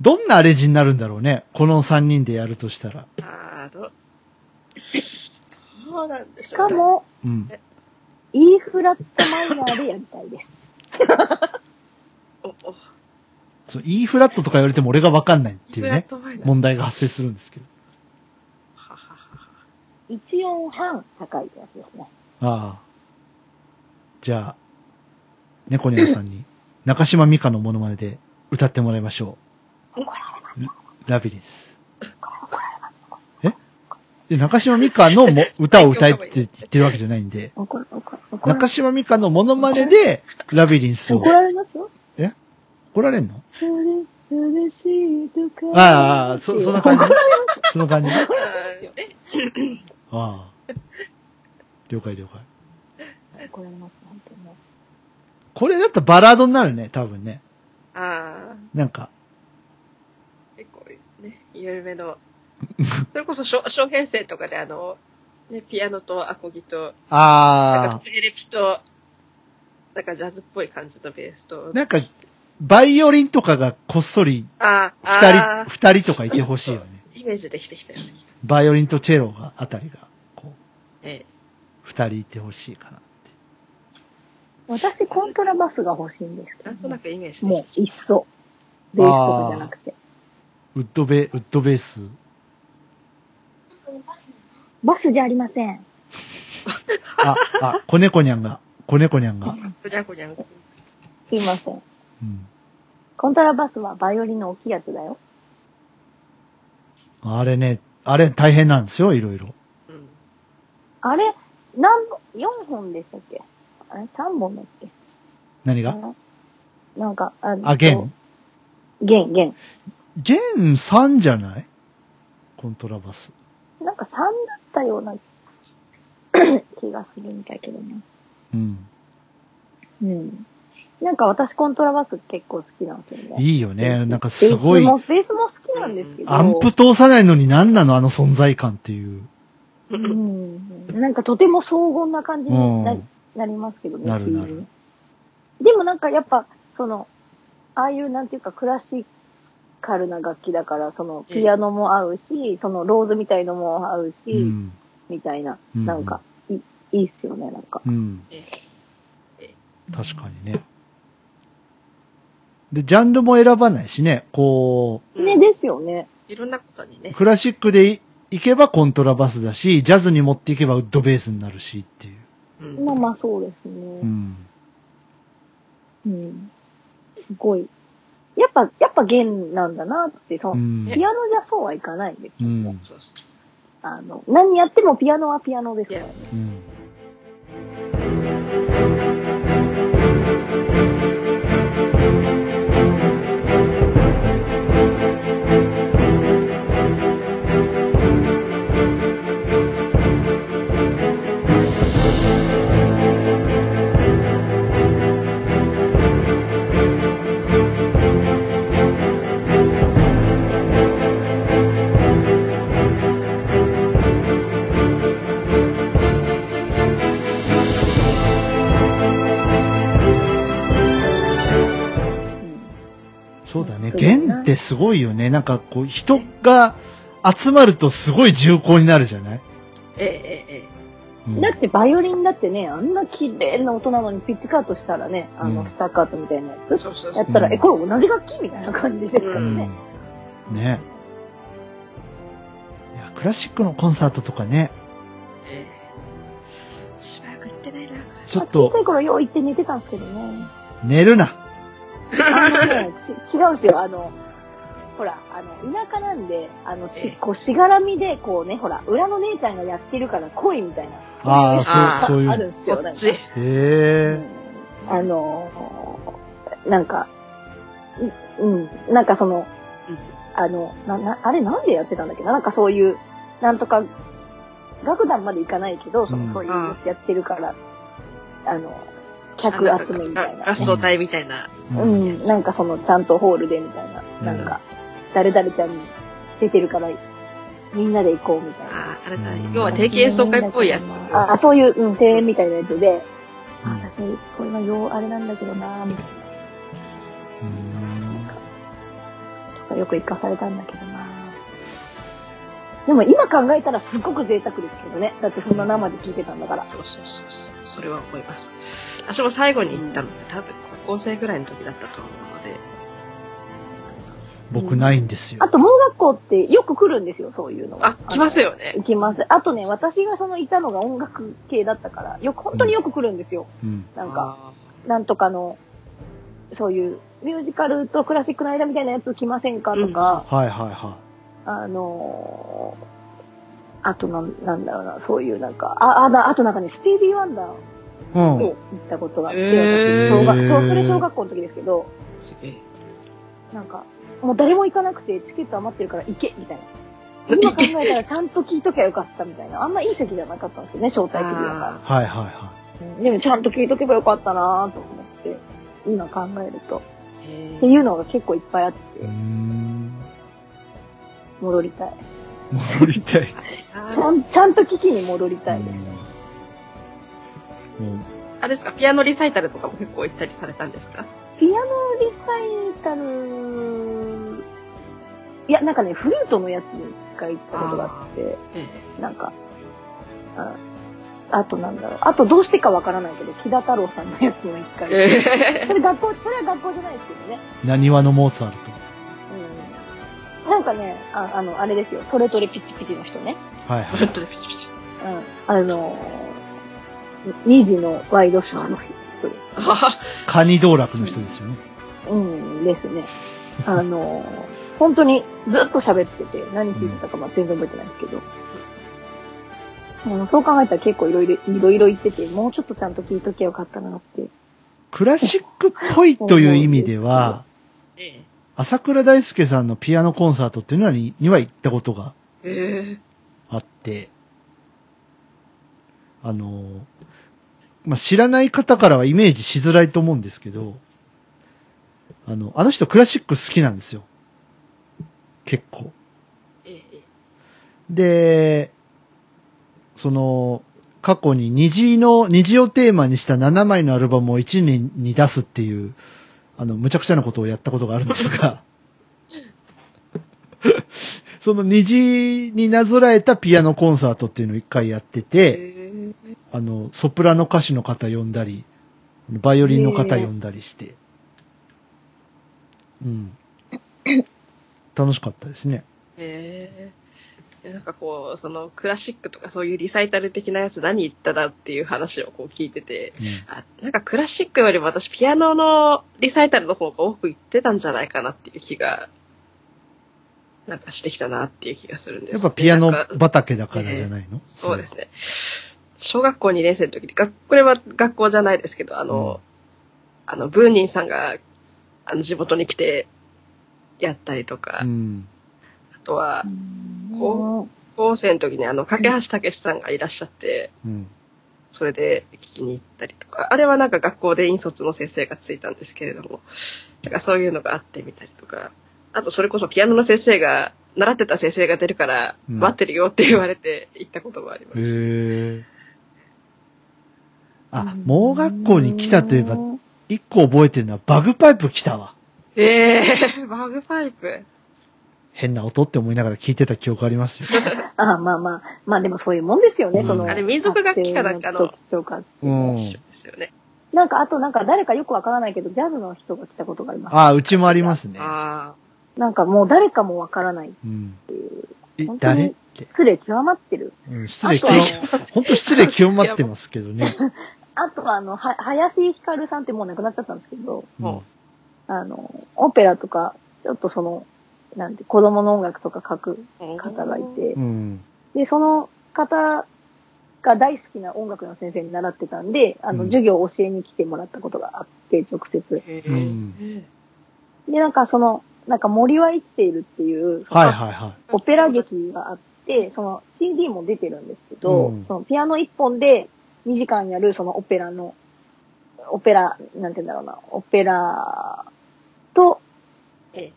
S1: どんなアレンジになるんだろうね。この3人でやるとしたら。
S2: あーどう、どうなんでし
S3: し
S2: ょう、
S3: か
S2: ね。
S3: も、
S1: うん。
S3: E フラットマイナーでやりたいです。
S2: お、お、
S1: そう、E フラットとか言われても俺がわかんないって
S2: イ
S1: い
S2: ブ
S1: う
S2: ラ
S1: ね
S2: ッ、ドマイナー
S1: 問題が発生するんですけど。
S2: ははは
S3: 1音半高いやつですね。
S1: ああ。じゃあ、猫ニャンさんに、中島美香のモノマネで歌ってもらいましょう。
S2: 怒
S1: ラビリンス。えで中島美香 のも歌を歌えって言ってるわけじゃないんで、
S3: 怒ら、怒ら、怒ら
S1: 中、島美香のモノマネで、ラビリンスを
S3: 怒。られますよ。
S1: 怒られんの
S3: それ、嬉しいとか。
S1: ああああ、そ、そんな感じ。その感じ。あ
S2: え
S1: あ。了解了解。
S3: 怒られます、本当にね。
S1: これだったらバラードになるね、多分ね。
S2: あー
S1: なんか、
S2: 結構ね、有 名の。それこそ小、小編成とかであの、ね、ピアノとアコギと、なん
S1: あ
S2: かエレピと、なんかジャズっぽい感じのベースと
S1: あ、。なんか、バイオリンとかがこっそり
S2: あー
S1: 二
S2: あ
S1: 人、二人とかいてほしいよね。
S2: ー、イメージできてきたよね。
S1: バイオリンとチェロが、あたりが、こう、
S2: え
S1: 二人いてほしいかな。
S3: 私、コントラバスが欲しいんですけ
S2: え、な
S3: ど
S2: んとなくイメージで
S3: も
S2: き
S3: う、いっそ。ベースとかじゃなくて。
S1: ウッドベ、ウッドベース。
S3: バスじゃありません。
S1: あ、あ、子猫にゃんが、子猫にゃんが。
S2: ごにゃんごにゃん。
S3: すいません。
S1: うん。
S3: コントラバスはバイオリンの大きいやつだよ。
S1: あれね、あれ大変なんですよ、いろいろ。
S2: うん。
S3: あれ、何本、4本でしたっけあれ、3本だっけ
S1: 何
S3: あ
S1: が
S3: のなんか、あ
S1: あ、弦
S3: 弦、弦。
S1: 弦3じゃないコントラバス。
S3: なんか3だったような 気がするんだけどね。
S1: うん。
S3: うん。なんか私コントラバス結構好きなんですよね。
S1: いいよね。なんかすごい
S3: ベース、もベースも好きなんですけど。
S1: アンプ通さないのに何なのあの存在感っていう。
S2: う
S3: うんん。なんかとても荘厳な感じにな,、
S1: うん
S3: なりますけどね。
S1: なるなる
S3: 急にでもなんかやっぱ、その、ああいうなんていうかクラシカルな楽器だから、そのピアノも合うし、そのローズみたいのも合うし、
S1: うん。
S3: みたいな、
S1: うん
S3: なんか、いいいっすよね、なんか。
S1: うん。
S2: え
S1: 確かにね。で、ジャンルも選ばないしね、こ
S3: ね、ですよね。
S2: いろんなことに
S1: う、
S2: ね。
S1: クラシックでいいけばコントラバスだし、ジャズに持っていけばウッドベースになるしっていう。
S2: うん
S3: まあまあそうです
S1: う
S3: ね。
S1: ん。
S3: うん。すごい。やっぱ、やっぱ弦なんだなって、そうの、
S1: ん。
S3: ピアノじゃそうはいかないです
S1: う
S3: よ
S1: ん
S3: ね。
S2: そうそう
S3: あの、何やってもピアノはピアノですからね。
S1: うん。そうだね。弦ってすごいよね。なんかこう、人が集まるとすごい重厚になるじゃない、
S2: えええええ
S1: うん
S3: だってバイオリンだってね、あんな綺麗な音なのにピッチカートしたらね、あ
S1: うん
S3: の、スタッカートみたいなや
S2: え。
S3: つ、
S2: そうそうそ
S3: や
S2: う
S3: っ。たら、
S1: うん
S3: え、これ同じ楽器みたいな感じですからね。
S1: うんねいやクラシックのコンサートとかね
S2: ええしばらく行ってないな。
S1: ちょっ
S3: 小
S1: と
S3: さい頃よう行って寝てたんですけ どね。
S1: 寝るな
S3: あのね、ち違うんですよ。あの、ほら、あの、田舎なんで、あの、し、こう、しがらみで、こうね、ほら、裏の姉ちゃんがやってるから恋みたいな。
S1: あ
S3: そ
S1: あそうそ
S3: ういう
S1: ういう
S3: あるんですよ。
S2: こ
S3: な
S2: っ
S3: んか
S2: ち。
S3: う
S1: へ
S3: んあのー、なんか、ううん、なんかその、あの、な、な、あれなんでやってたんだっけななんかそういう、なんとか、楽団まで行かないけど、そ
S1: うん
S3: の、そういう
S2: あ、
S3: やってるから、あの、
S2: あ
S3: 客
S2: なんか
S3: 集めみたいな
S2: 合。奏隊みたいな。
S1: え、
S3: う
S1: うん
S3: ん、なんかその、ちゃんとホールでみたいな、
S1: うん
S3: なんか、誰々ちゃんに出てるから、みんなで行こうみたいな。
S2: ああ、あれだ。要は定期演奏会っぽいやつ。
S3: ああ、そういう、うん、庭園みたいなやつで、あ私、これはよう、あれなんだけどなぁ、みたいなとか、よく行かされたんだけどなぁでも今考えたらすっごく贅沢ですけどね。だってそんな生で聞いてたんだから。
S2: そうそうそうそう。それは思います。私も最後に行ったのって多分高校生ぐらいの時だったと思うので。
S1: 僕ないんですよ
S3: あと、盲学校ってよく来るんですよ、そういうのが。
S2: あ、来ます
S3: よ。
S2: よね。
S3: 行きます。あとね、私がそのいたのが音楽系だったから、よく、本当によく来るんですよ。
S1: うん
S3: なんか、なんとかの、そういうミュージカルとクラシックの間みたいなやつ来ませんかとか、
S1: はいはいは
S3: あのーあとなん、なんだろうな、そういうなんか、あ、あ、なあとなんかね、スティービー・ワンダーを
S1: いうん
S3: 行ったことがあって、
S2: へー
S3: 小学小それ小学校の時ですけど、
S2: すげえ。
S3: なんか、もう誰も行かなくてチケット余ってるから行けみたいな。今考えたらちゃんと聞いときゃよかったみたいな。あんまいい席じゃなかったんですけどね、招待席だから。
S2: あ
S1: はいはいは
S3: うんでもちゃんと聞いとけばよかったなぁと思って、今考えると。
S2: ーへ
S3: って
S2: ー
S3: いうのが結構いっぱいあって、
S1: いうん
S3: 戻りたい。
S1: 戻りたい
S2: あ
S3: ち
S2: ー
S3: ゃん、ちゃんと聞きに戻りたいです。
S1: うんもう
S2: あれですか、ピアノリサイタルとかも結構行ったりされたんですか
S3: ピアノリサイタル、いや、なんかね、フルートのやつに一回行ったことがあって、
S2: ええ
S3: なんか、ああとなんだろう、あとどうしてかわからないけど、木田太郎さんのやつも一回。
S2: え
S3: それ学校、それは学校じゃないですけどね。
S1: 何話のモーツァル
S3: うん。なんかね、ああの、あ れですよ、トレトレピチピチの人ね。
S1: トはい
S2: ー、
S1: は
S2: 本
S1: い
S2: 当にピチピチ。
S3: うんあの2時のワイドショーの人で
S2: あ
S1: カニ道楽の人ですよね。
S3: す。うん、ですね。あの、本当にずっと喋ってて、何聞いてたかまあ全然覚えてないですけど。もうそう考えたら結構いろいろ、いろいろ言ってて、もうちょっとちゃんと聞いときゃよかったなって。
S1: クラシックっぽいという意味では、
S2: え
S1: 朝倉大輔さんのピアノコンサートっていうのにには行ったことが
S2: ええ
S1: あって、あの、まあ、知らない方からはイメージしづらいと思うんですけど、あの、あの人クラシック好きなんですよ。結構。
S2: えええ
S1: で、その、過去に虹の、虹をテーマにした7枚のアルバムを1年に出すっていう、あの、むちゃくちゃなことをやったことがあるんですが、 その虹になぞらえたピアノコンサートっていうのを一回やってて、
S2: ええ
S1: あの、ソプラノ歌手の方呼んだり、バイオリンの方呼んだりして、うん。楽しかったですね。
S2: ええなんかこう、そのクラシックとかそういうリサイタル的なやつ何言っただっていう話をこう聞いてて、
S1: うん
S2: あなんかクラシックよりも私ピアノのリサイタルの方が多く行ってたんじゃないかなっていう気が、なんかしてきたなっていう気がするんです、
S1: やっぱピアノ
S2: なんか
S1: 畑だからじゃないの、
S2: そうですね。小学校2年生の時に、学これは学校じゃないですけど、あの、あの、ブーニンさんが、あの、地元に来て、やったりとか、
S1: うん。
S2: あとは、こ高生の時に、あの、架橋武さんがいらっしゃって、
S1: うん。
S2: それで聞きに行ったりとか、あれはなんか学校で引率の先生がついたんですけれども、なんかそういうのがあってみたりとか、あとそれこそピアノの先生が、習ってた先生が出るから、
S1: うん
S2: 待ってるよって言われて行ったこともあります。
S1: へえ。あ
S3: う、ん
S1: 盲学校に来たといえば、一個覚えてるのはバグパイプ来たわ。
S2: ええバグパイプ。
S1: 変な音って思いながら聞いてた記憶あり ますよ。
S3: ああまあまあ、まあでもそういうもんですよね、
S1: うん
S3: その。
S1: あ
S2: れ民族楽器かなんかの
S3: 撮っておか
S1: うん。
S2: 一緒ですよね。
S3: なんかあとなんか誰かよくわからないけど、ジャズの人が来たことがあります。
S1: あ、うちもありますね。
S2: あ
S3: なんかもう誰かもわからない。
S1: うん。え
S3: 本、当に
S1: 誰って。
S3: 失礼極まってる。
S1: うん、失礼、
S3: あと
S1: 気を、本当失礼極まってますけど ね。
S3: あとはあの、は、林ひかるさんってもう亡くなっちゃったんですけど、
S1: うん
S2: も
S3: あの、オペラとか、ちょっとその、なんて、子供の音楽とか書く
S2: あ。うん
S3: 方がい。て
S1: う、ん。
S3: で、その方が大好きな音楽の先生に習ってたんで、あ
S1: う
S3: の、
S1: ん
S3: 授業を教えに来てもらったことがあって、直接。
S2: へ
S1: う
S2: え。
S3: で、なんかその、なんか森は生きているっていう、その
S1: はいはいは
S3: オペラ劇があって、その CD も出てるんですけど、
S1: うん。
S3: そのピアノ一本で2時間やるそのオペラの、オペラ、なんて言うんだろうな、オペラと、
S2: え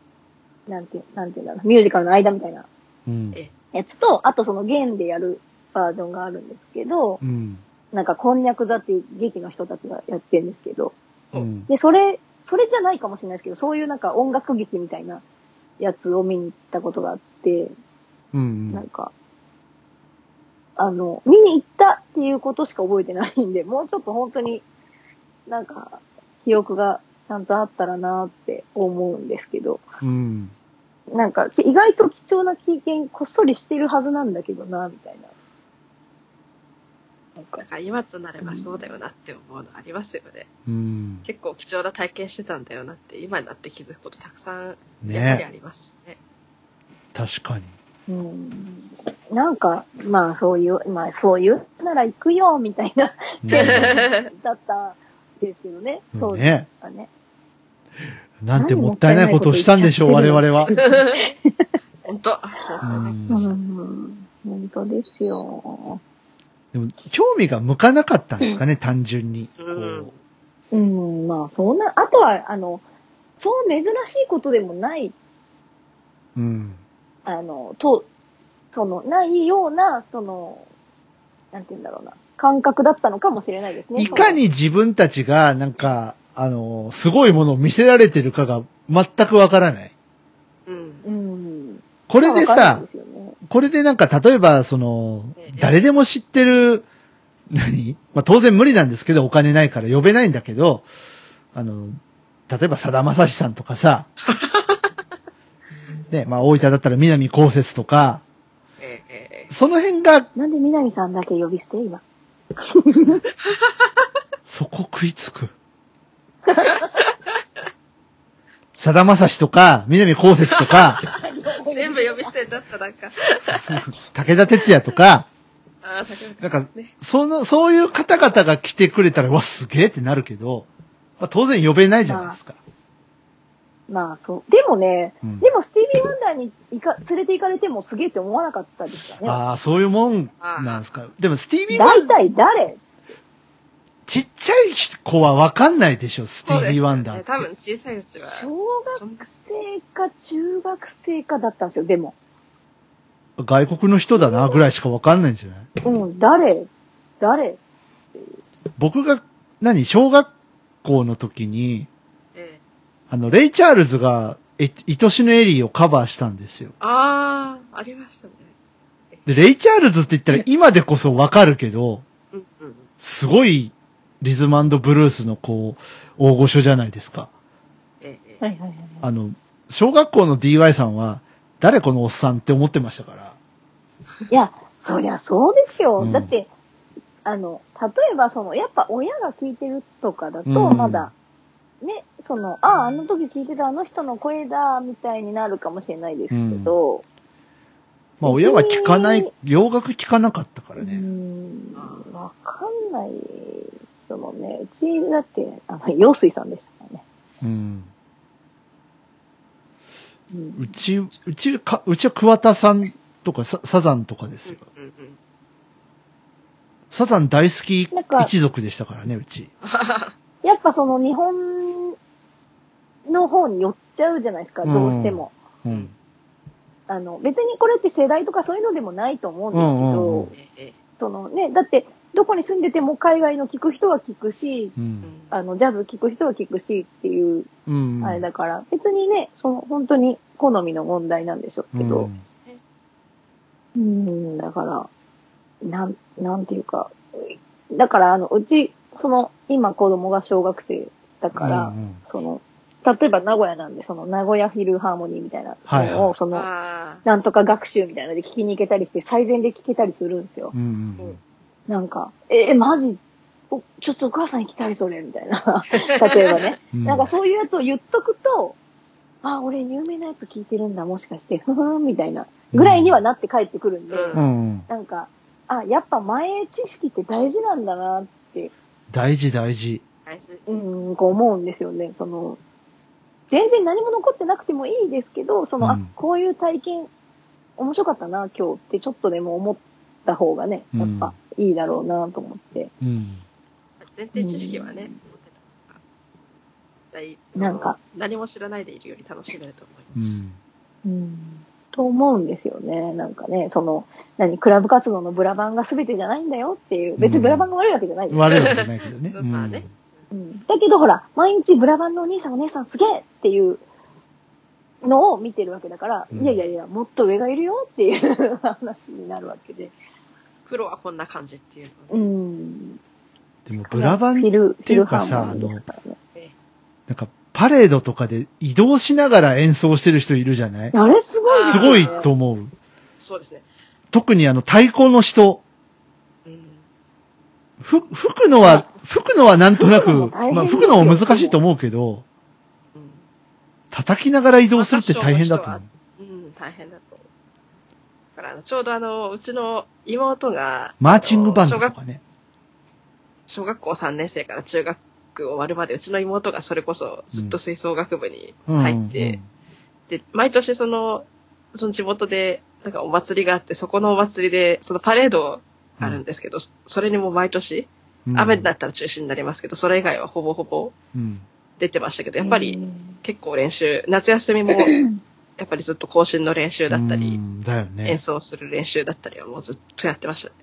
S3: なんて、なんて言うんだろうな、ミュージカルの間みたいない
S1: うん。
S3: やつと、あとその弦でやるバージョンがあるんですけど
S1: う、ん。
S3: なんかこんにゃく座っていう劇の人たちがやってるんですけど、
S1: うん。
S3: で、それ、それじゃないかもしれないですけど、そういうなんか音楽劇みたいなやつを見に行ったことがあって、
S1: う
S3: なん
S1: ん。
S3: か、あの、見に行ったっていうことしか覚えてないんで、もうちょっと本当になんか、記憶がちゃんとあったらなって思うんですけど、
S1: うん。
S3: なんか、き意外と貴重な経験こっそりしてるはずなんだけどな、みたいな。なんか
S2: なん、か今となればそうだよなって思うのありますよね。
S1: うん。
S2: 結構貴重な体験してたんだよなって、今になって気づくことたくさんやっぱりあ
S1: ね
S2: りますしね。
S1: 確 かに。
S3: うん。なんか、まあそういう、まあそういうなら行くよ、みたいな、
S1: ね
S3: だったんですけどね。そうで
S1: ね
S3: すかね。
S1: なんてもったいないことをしたんでしょう、我々は。
S2: 本当。
S1: うん
S3: うん。本当ですよ。
S1: でも、興味が向かなかったんですかね、単純に。こ
S2: うん
S1: う
S3: うん、まあそんな、あとは、あの、そう珍しいことでもない、
S1: うん。
S3: あの、と、その、ないような、その、なんて言うんだろうな、感覚だったのかもしれないですね。
S1: いかに自分たちが、なんか、あの、すごいものを見せられてるかが全くわからない。
S2: うん。
S3: その、うん。
S1: これで
S3: まあわかんない
S1: さ
S3: で、すよね
S1: これでなんか、例えば、その
S2: ええ、
S1: 誰でも知ってる、何まあ、当然無理なんですけど、お金ないから呼べないんだけど、あの、例えば、さだまさしさんとか さ、ね、まあ、大分だったら南こうせつとか、
S2: えええええ
S1: その辺が
S3: なんで南さんだけ呼び捨て今。
S2: え
S3: か。
S1: そこ食いつ く。さだまさしとか、南こうせつとか、
S2: 全部呼び捨てだった、なんか。
S1: 武田鉄矢とか、
S2: ああ、竹
S1: なん
S2: 中
S1: か
S2: ね。
S1: その、そういう方々が来てくれたら、わ、すげえってなるけど、まあ、当然呼べないじゃないですか。
S3: まあそう。でもね、
S1: うん
S3: でもスティービー・ワンダーに行か連れて行かれてもすげえって思わなかったですよね。
S1: ああ、そういうもんなんですか。でも、スティービー・ワ
S3: 大
S1: ンダー、
S3: 体誰
S1: ちっちゃい子はわかんないでしょ、スティービー・ワンダー
S2: そ
S1: っ
S2: う
S1: て。
S2: ですよね多分小さいやつは。
S3: 小学生か中学生かだったんですよ、でも。
S1: 外国の人だな、ぐらいしかわかんないんじゃない
S3: うん、誰誰
S1: 僕が、何、小学校の時に、
S2: ええ
S1: あの、レイ・チャールズが、え、愛しのエリーをカバーしたんですよ。
S2: ああ、ありましたね。
S1: で、レイ・チャールズって言ったら今でこそわかるけど、
S2: うんうん。
S1: すごいリズムブルースのこう、大御所じゃないですか。
S2: えええ
S3: はいはいはい。
S1: あの、小学校の DY さんは、誰このおっさんって思ってましたから。
S3: いや、そりゃそうですよ。
S1: うん
S3: だって、あの、例えばその、やっぱ親が聞いてるとかだと、
S1: うん
S3: まだ、ね、その、ああ、あの時聞いてたあの人の声だ、みたいになるかもしれないですけど、
S1: まあ親は聞かない、洋楽聞かなかったから
S3: う
S1: ね。
S3: ん、わかんない、そのね、うち、だって、あの、陽水さんでしたからね。
S1: うん。
S3: うん、
S1: うち、うち、か、うちは桑田さんとかササザンとかです
S2: え
S1: よ。
S2: うんうんうん。
S1: サザン大好き
S3: なんか
S1: 一族でしたからね、うち。
S3: やっぱその、日本の方に寄っちゃうじゃないですか、どうしても。
S1: うん。
S3: あの、別にこれって世代とかそういうのでもないと思うんですけ
S1: うん
S3: ど、
S1: うんうん
S2: えええ
S3: そのね、だって、どこに住んでても海外の聞く人は聞くし、
S1: う。
S2: えうんん
S3: あの、ジャズ聞く人は聞くしっていう、
S1: うん。
S3: あれだから、別にね、その、本当に好みの問題なんでしょう
S1: う
S3: けど、
S1: ん。
S3: うん、だから、なん、なんていうか、だから、あの、うち、その、今子供が小学生だから、
S1: うんうん
S3: その、例えば名古屋なんで、その、名古屋フィルハーモニーみたいな
S1: はい
S3: のを、
S1: はい
S3: その、
S2: あ
S3: なんとか学習みたいなので聞きに行けたりして、最善で聞けたりするんですよ。
S1: うんうん
S3: なんか、えーマジおちょっとお母さん行きたい、それ、みた いな。例えばね。
S1: うん。
S3: なんかそういうやつを言っとくと、あ、俺有名なやつ聞いてるんだ、もしかして、ふふん、みたいな。ぐらいにはなって帰ってくるんで、
S2: うん
S1: うんうん。
S3: なんか、あ、やっぱ前知識って大事なんだな、
S1: 大事大事。
S2: あ、大事。
S3: うん、こう思うんですよね。その、全然何も残ってなくてもいいですけど、その、
S1: う
S3: あ
S1: ん、
S3: こういう体験、面白かったな、今日ってちょっとでも思った方がね、やっぱいいだろうな、と思って。
S1: うん。
S2: 前提知識はね、持ってた方が大
S3: なんか、
S2: 何も知らないでいるより楽しめると思いうます。
S1: ん。
S3: うんと思うんですよね。なんかね、その、何、クラブ活動のブラバンが全てじゃないんだよっていう。別
S1: うん
S3: にブラバンが悪いわけじゃないよ、
S1: 悪いわけじゃないけどね。
S2: まあね
S3: うんだけどほら、毎日ブラバンのお兄さんお姉さんすげえっていうのを見てるわけだから、
S1: うん
S3: いやいやいや、もっと上がいるよっていう話になるわけで。
S2: 黒はこんな感じっていうの
S3: う
S2: ね
S3: ん。
S1: うん。でも、ブラバン、
S3: ルって
S1: いうかさ
S3: あ
S1: なんか、パレードとかで移動しながら演奏してる人いるじゃない
S3: のあれすごいです
S1: す
S3: よ
S1: ご
S3: ね
S1: いと思う。
S2: そうですね。
S1: 特にあの、太鼓の人。
S2: うん。
S1: ふ、吹くのは、吹くのはなんとなく、
S3: 吹くのも大変
S1: まあ、吹くのも難しいと思うけど、
S2: うん
S1: 叩きながら移動するって大変だと思う。
S2: うん、大変だと思う。だからあの、ちょうどあの、うちの妹が、
S1: マーチングバンド
S2: 小学
S1: とかね。
S2: 小学校3年生から中学終わるまで、うちの妹がそれこそずっと吹奏楽部に
S1: うん
S2: 入って、で、毎年その、その地元で、なんかお祭りがあって、そこのお祭りで、そのパレードあるんですけど、それにも毎年、
S1: うん
S2: 雨になったら中止になりますけど、それ以外はほぼほぼ
S1: うん。
S2: 出てましたけど、やっぱ
S3: う
S2: り
S3: ん
S2: 結構練習、夏休みも、やっぱりずっと更新の練習だったり
S1: う、ん。だよ
S2: 演
S1: ね。
S2: 奏する練習だったりはもうずっとやってましたね。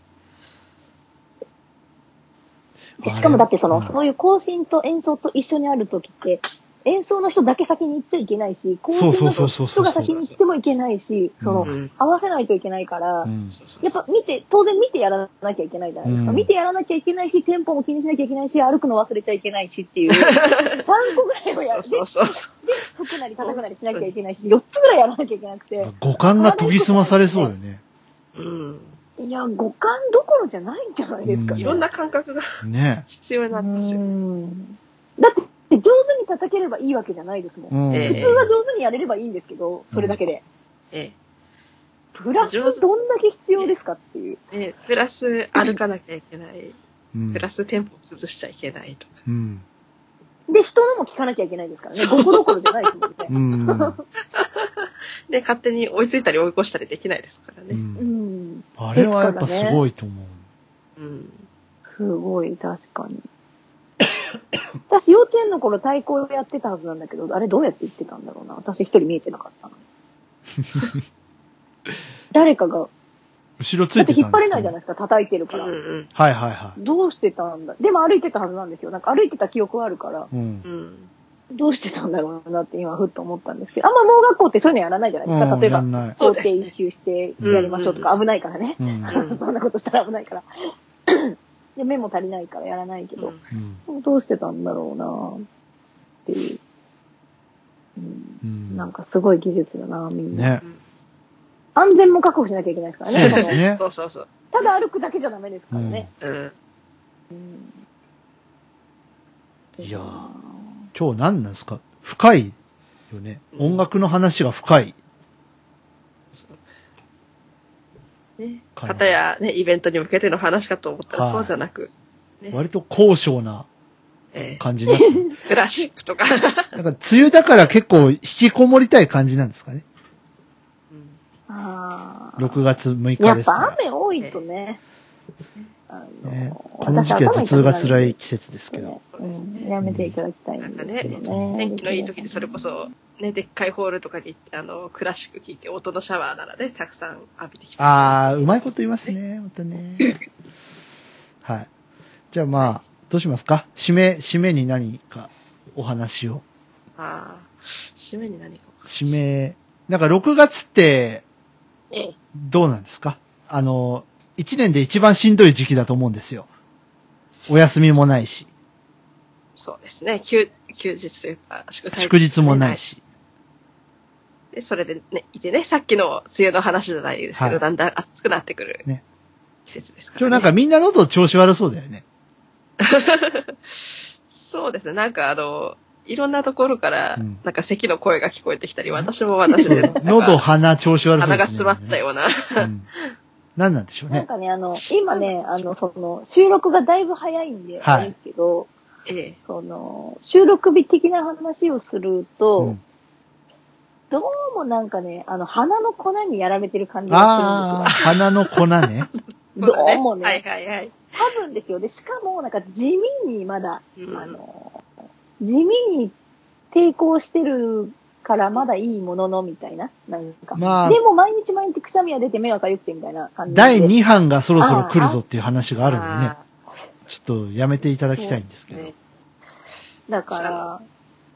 S3: でしかもだってその、
S1: あれ
S3: そういう更新と演奏と一緒にあるときって、演奏の人だけ先に行っちゃいけないし、更
S1: そう
S3: 新
S1: そう
S3: の
S1: そうそうそ
S3: 人
S1: う
S3: が先に行ってもいけないし、
S1: うん
S3: その、
S2: うん。
S3: 合わせないといけないから、
S1: うん。
S2: そうそう
S3: やっぱ見て、当然見てやらなきゃいけないじゃないですか。
S1: うん
S3: 見てやらなきゃいけないし、テンポも気にしなきゃいけないし、歩くの忘れちゃいけないしっていう、3個ぐらいをやって、
S2: そうそうそう。
S3: 吹くなり叩くなりしなきゃいけないし、4つぐらいやらなきゃいけなくて、
S1: 五感が研ぎ澄まされそうよね。
S2: うん。
S3: いや、五感どころじゃないんじゃないですか
S1: う
S3: ね。
S2: いろんな感覚が
S1: ね
S2: 必要になってますよ。
S3: うんだって、上手に叩ければいいわけじゃないですもん。
S1: うん。
S2: え
S3: 普通は上手にやれればいいんですけど、それだけで。
S2: え
S3: プラ
S2: 上
S3: ス
S2: 手
S3: どんだけ必要ですかっていう。
S2: えねプラス歩かなきゃいけない。
S1: うん
S2: プラステンポを崩しちゃいけないとか。
S1: うん。
S3: で、人のも聞かなきゃいけないですからね。どこどころじゃないですもんね。
S1: うん。
S2: で、勝手に追いついたり追い越したりできないですから
S1: う
S2: ね。
S3: うんん。
S1: あれはやっぱすごいと思う。
S2: うん。
S3: すごい、確かに。 私、幼稚園の頃、太鼓をやってたはずなんだけど、あれどうやって言ってたんだろうな。私一人見えてなかっ たの。誰かが、
S1: 後ろつ
S3: だっ
S1: い
S3: て
S1: て
S3: 引
S1: た
S3: っ
S1: ん
S3: 張
S1: で
S3: れ
S1: す
S3: な
S1: か
S3: いじ
S1: ね
S3: ゃないですか、叩いてる
S2: う
S3: か
S2: ん
S3: ら
S2: う。ん。
S1: はいはいは
S3: どうしてたんだ。でも歩いてたはずなんですよ。なんか歩いてた記憶はあるから、
S1: い。うん
S2: う。ん。
S3: どうしてたんだろうなって今ふっと思ったんですけど、あんま盲学校ってそういうのやらないじゃないですか。
S1: うん
S3: 例え
S1: や
S3: ば、
S1: んない。
S3: 校庭一周してやりましょうと
S2: うん
S3: か、危ないからね。
S1: うん。うん
S2: うん
S3: そんなことしたら危ないから。で、目も足りないからやらないけど、どうしてたんだろうなっていう。うん
S1: うん
S3: なんかすごい技術だなみんな。
S1: ね。
S3: 安全も確保しなきゃいけないですからね。
S1: そうです
S2: う
S1: ね
S2: ん。。 そうそうそう。
S3: ただ歩くだけじゃダメですからね。
S2: うん。
S3: うん
S1: いやー今日何なんですか深いよね。音楽の話が深い。
S2: ね。
S1: か
S2: 片やね、イベントに向けての話かと思った
S1: は
S2: ら、
S1: い
S2: そうじゃなく、
S1: 割と高尚な
S2: え
S1: 感じになってる。
S2: えクラシックとか。
S1: なんか梅雨だから結構引きこもりたい感じなんですかね。
S2: うん
S3: あー
S1: 6月6
S3: や
S1: 日
S3: っ
S1: ですか
S3: ぱ雨多いとね。あ
S1: ら。
S3: の
S1: ね、この時期は頭痛が辛い季節ですけど。。
S3: 私頭痛くなるんでうん、やめていただきたいんですけどね。
S2: 天気のいい時でそれこそ、ね、でっかいホールとかに行って、あの、クラシック聴いて、音のシャワーならね、たくさん浴びてきた。
S1: ああ、うまいこと言いますね。またね。 はい。じゃあまあ、どうしますか締め、締めに何かお話を。
S2: あー。締めに何か。
S1: 締め、なんか6月って、
S2: ええ
S1: どうなんですかあの、1年で一番しんどい時期だと思うんですよ。お休みもないし、
S2: そうですね。休、休日というか、祝祭
S1: 祝日もないし。
S2: で、それでね、いてね、さっきの梅雨の話じゃないですけど、
S1: はい
S2: だんだん暑くなってくる
S1: ね
S2: 季節ですから、ね。
S1: 今日なんかみんな喉調子悪そうだよね。
S2: そうですね、なんかあの、いろんなところから、
S1: うん
S2: なんか咳の声が聞こえてきたり、私も 私で、
S1: 喉、鼻調子悪そう
S2: 鼻
S1: で
S2: が
S1: す
S2: 詰
S1: ね。
S2: まったような、
S1: うん。何なんでしょう
S3: なん
S1: ね。
S3: かね、あの、今ね、あの、その、収録がだいぶ早いんで、
S1: はい
S3: あれですけど、
S2: ええ、
S3: その、収録日的な話をすると、
S1: うん
S3: どうもなんかね、あの、鼻の粉にやられてる感じ
S1: あ
S3: が
S1: あ、鼻の粉ね。
S3: するんですよ。どうも
S2: はい
S3: ね、
S2: はいはい。
S3: 多分ですよ。で、しかも、なんか地味にまだ、
S2: うん
S3: あの、地味に抵抗してるからまだいいものの、みたいな。なんか。
S1: まあ
S3: でも毎日毎日くしゃみが出て迷惑がよくて、みたいな感じで。
S1: 第2版がそろそろ来るぞっていう話があるんでね。ちょっとやめていただきたいんですけ
S2: あー
S1: ど。
S2: ね
S3: だから、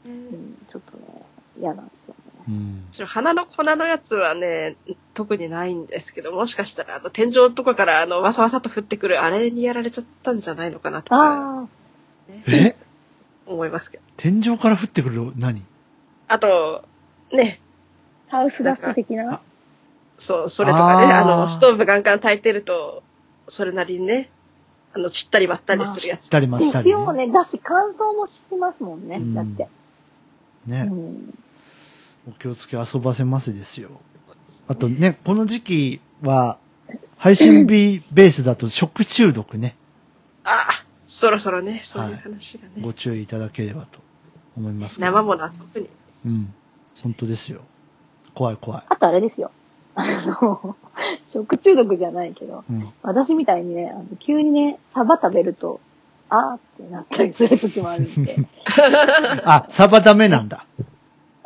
S3: う
S2: うん
S3: ん、ちょっとね、嫌なんですよね。
S1: うん。
S2: ちょ鼻の粉のやつはね、特にないんですけど、もしかしたら、あの、天井のとかから、あの、わさわさと降ってくる、あれにやられちゃったんじゃないのかなとか、
S3: ああ、
S1: え
S2: 思いますけど。
S1: 天井から降ってくる何
S2: あと、ね、
S3: ハウスダスト的な
S1: あ
S2: そう、それとかね、
S1: あ
S2: あ
S1: ー
S2: の、ストーブガンガン炊いてると、それなりにね、あの、散ったり割ったりするやつ。
S1: たりまっ
S3: で
S1: た
S3: す
S1: り
S3: よね。だし、乾燥もしますもんね
S1: う。ん
S3: だって。
S1: ね。
S3: う
S1: ね。
S3: ん。
S1: お気をつけ遊ばせますですよ。あとね、この時期は、配信日ベースだと食中毒ね、
S2: ああ、そろそろね、そういう話がね。
S1: ご注意いただければと思いますけど
S2: 生ものは特に。
S1: うん。本当ですよ。怖い怖い。
S3: あとあれですよ。 あの、食中毒じゃないけど、
S1: うん。
S3: 私みたいにね、あの急にね、サバ食べると、あーってなったりする時もあるんで、
S1: あ、サバダメなんだ。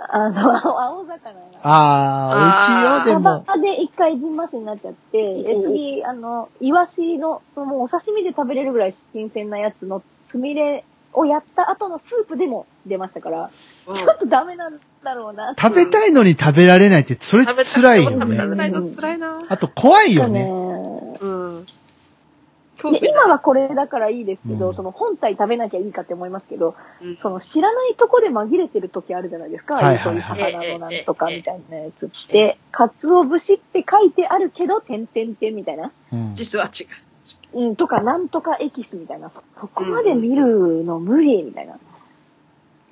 S3: あの、青魚が。
S1: あー、美味しいよ、で
S3: サバ
S1: も。
S3: で一回ジンマシになっちゃって、で次、あの、イワシの、そのお刺身で食べれるぐらい新鮮なやつのつみれをやった後のスープでも出ましたから、
S2: うん
S3: ちょっとダメなんだろうなっていう。
S1: 食べたいのに食べられないって、それ
S2: 食べ
S1: 辛いよ
S2: 食べら
S1: ね。
S2: れないの辛いな。
S1: あと怖いよ
S3: ね
S1: ね。
S2: うん。興味
S3: で、
S2: ない
S3: 今はこれだからいいですけど、
S1: うん
S3: その本体食べなきゃいいかって思いますけど、
S2: うん
S3: その知らないとこで紛れてる時あるじゃないですか。
S1: はいはいはい
S3: そういう魚のなんとかみたいなやつって、かつお節って書いてあるけど、てんてんてんみたいな。
S1: うん
S2: 実は違う。
S3: うん、とか、なんとかエキスみたいな。そそこまで見るの無理みたいな。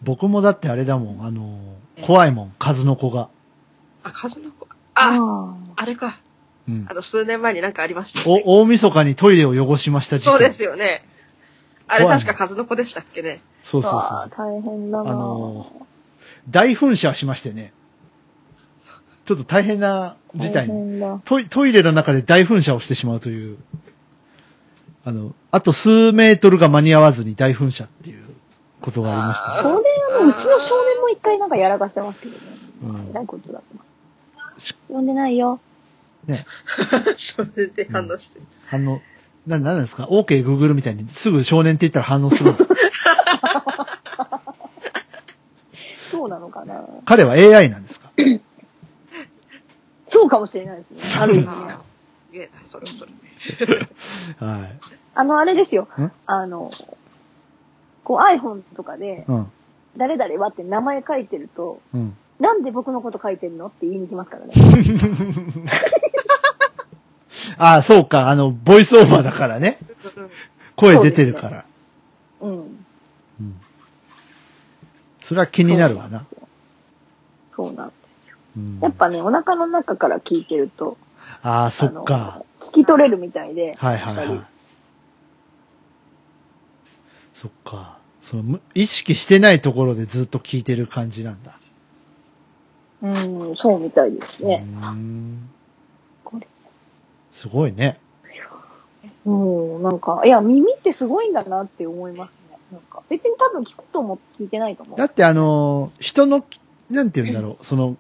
S1: 僕もだってあれだもん、あのー、怖いもん、数の子が。
S2: あ、数の子。あ、
S3: あ
S2: あれか。
S1: うん
S2: あ。の、数年前になんかありましたよね。
S1: お、大晦日にトイレを汚しました事件
S2: そうですよね。あれ
S1: 怖いね
S2: 確か数の子でしたっ けね。
S1: そう
S3: ー
S1: そうそう
S3: あー、大変だな、
S1: あの大噴射しましてね。ちょっと大変な事態
S3: 大
S1: に。
S3: 変だ。
S1: トイトイレの中で大噴射をしてしまうという。あの、あと数メートルが間に合わずに大噴射っていうことがありましたね、
S3: これはもう、うちの少年も一回なんかやらかしてますけどね。
S1: うん
S3: えらいことだってます。読んでないよ。
S2: それで反応して。
S1: 反応、な、なんですか ?OK Google みたいにすぐ少年って言ったら反応するんですか
S3: そうなのかな。
S1: 彼は AI なんですか
S3: そうかもしれないですね。ある意味ね
S2: ああ。すげえな、それはそれ。
S1: はい。
S3: あの、あれですよ
S1: ん。
S3: あの、こう iPhone とかで、
S1: うん。
S3: 誰々はって名前書いてると、
S1: うん。
S3: なんで僕のこと書いてるのって言いに来ますからね。
S1: ああ、そうか。あの、ボイスオーバーだからね。声出てるから。
S3: うん。
S1: うん。それは気になるわな。
S3: そうなんですよ。
S1: うん
S3: やっぱね、お腹の中から聞いてると、
S1: ああ、そっか。
S3: あの。聞き取れるみたいで、
S1: はいはいは
S3: やっ
S1: い
S3: ぱり。
S1: そっか。そのむ意識してないところでずっと聞いてる感じなんだ。
S3: うん、そうみたいですね。
S1: うーん
S3: これ
S1: すごいね。
S3: うん、なんか、いや、耳ってすごいんだなって思いますね。なんか、別に多分聞くとも聞いてないと思う
S1: だ。ってあのー、人の、なんて言うんだろう、その、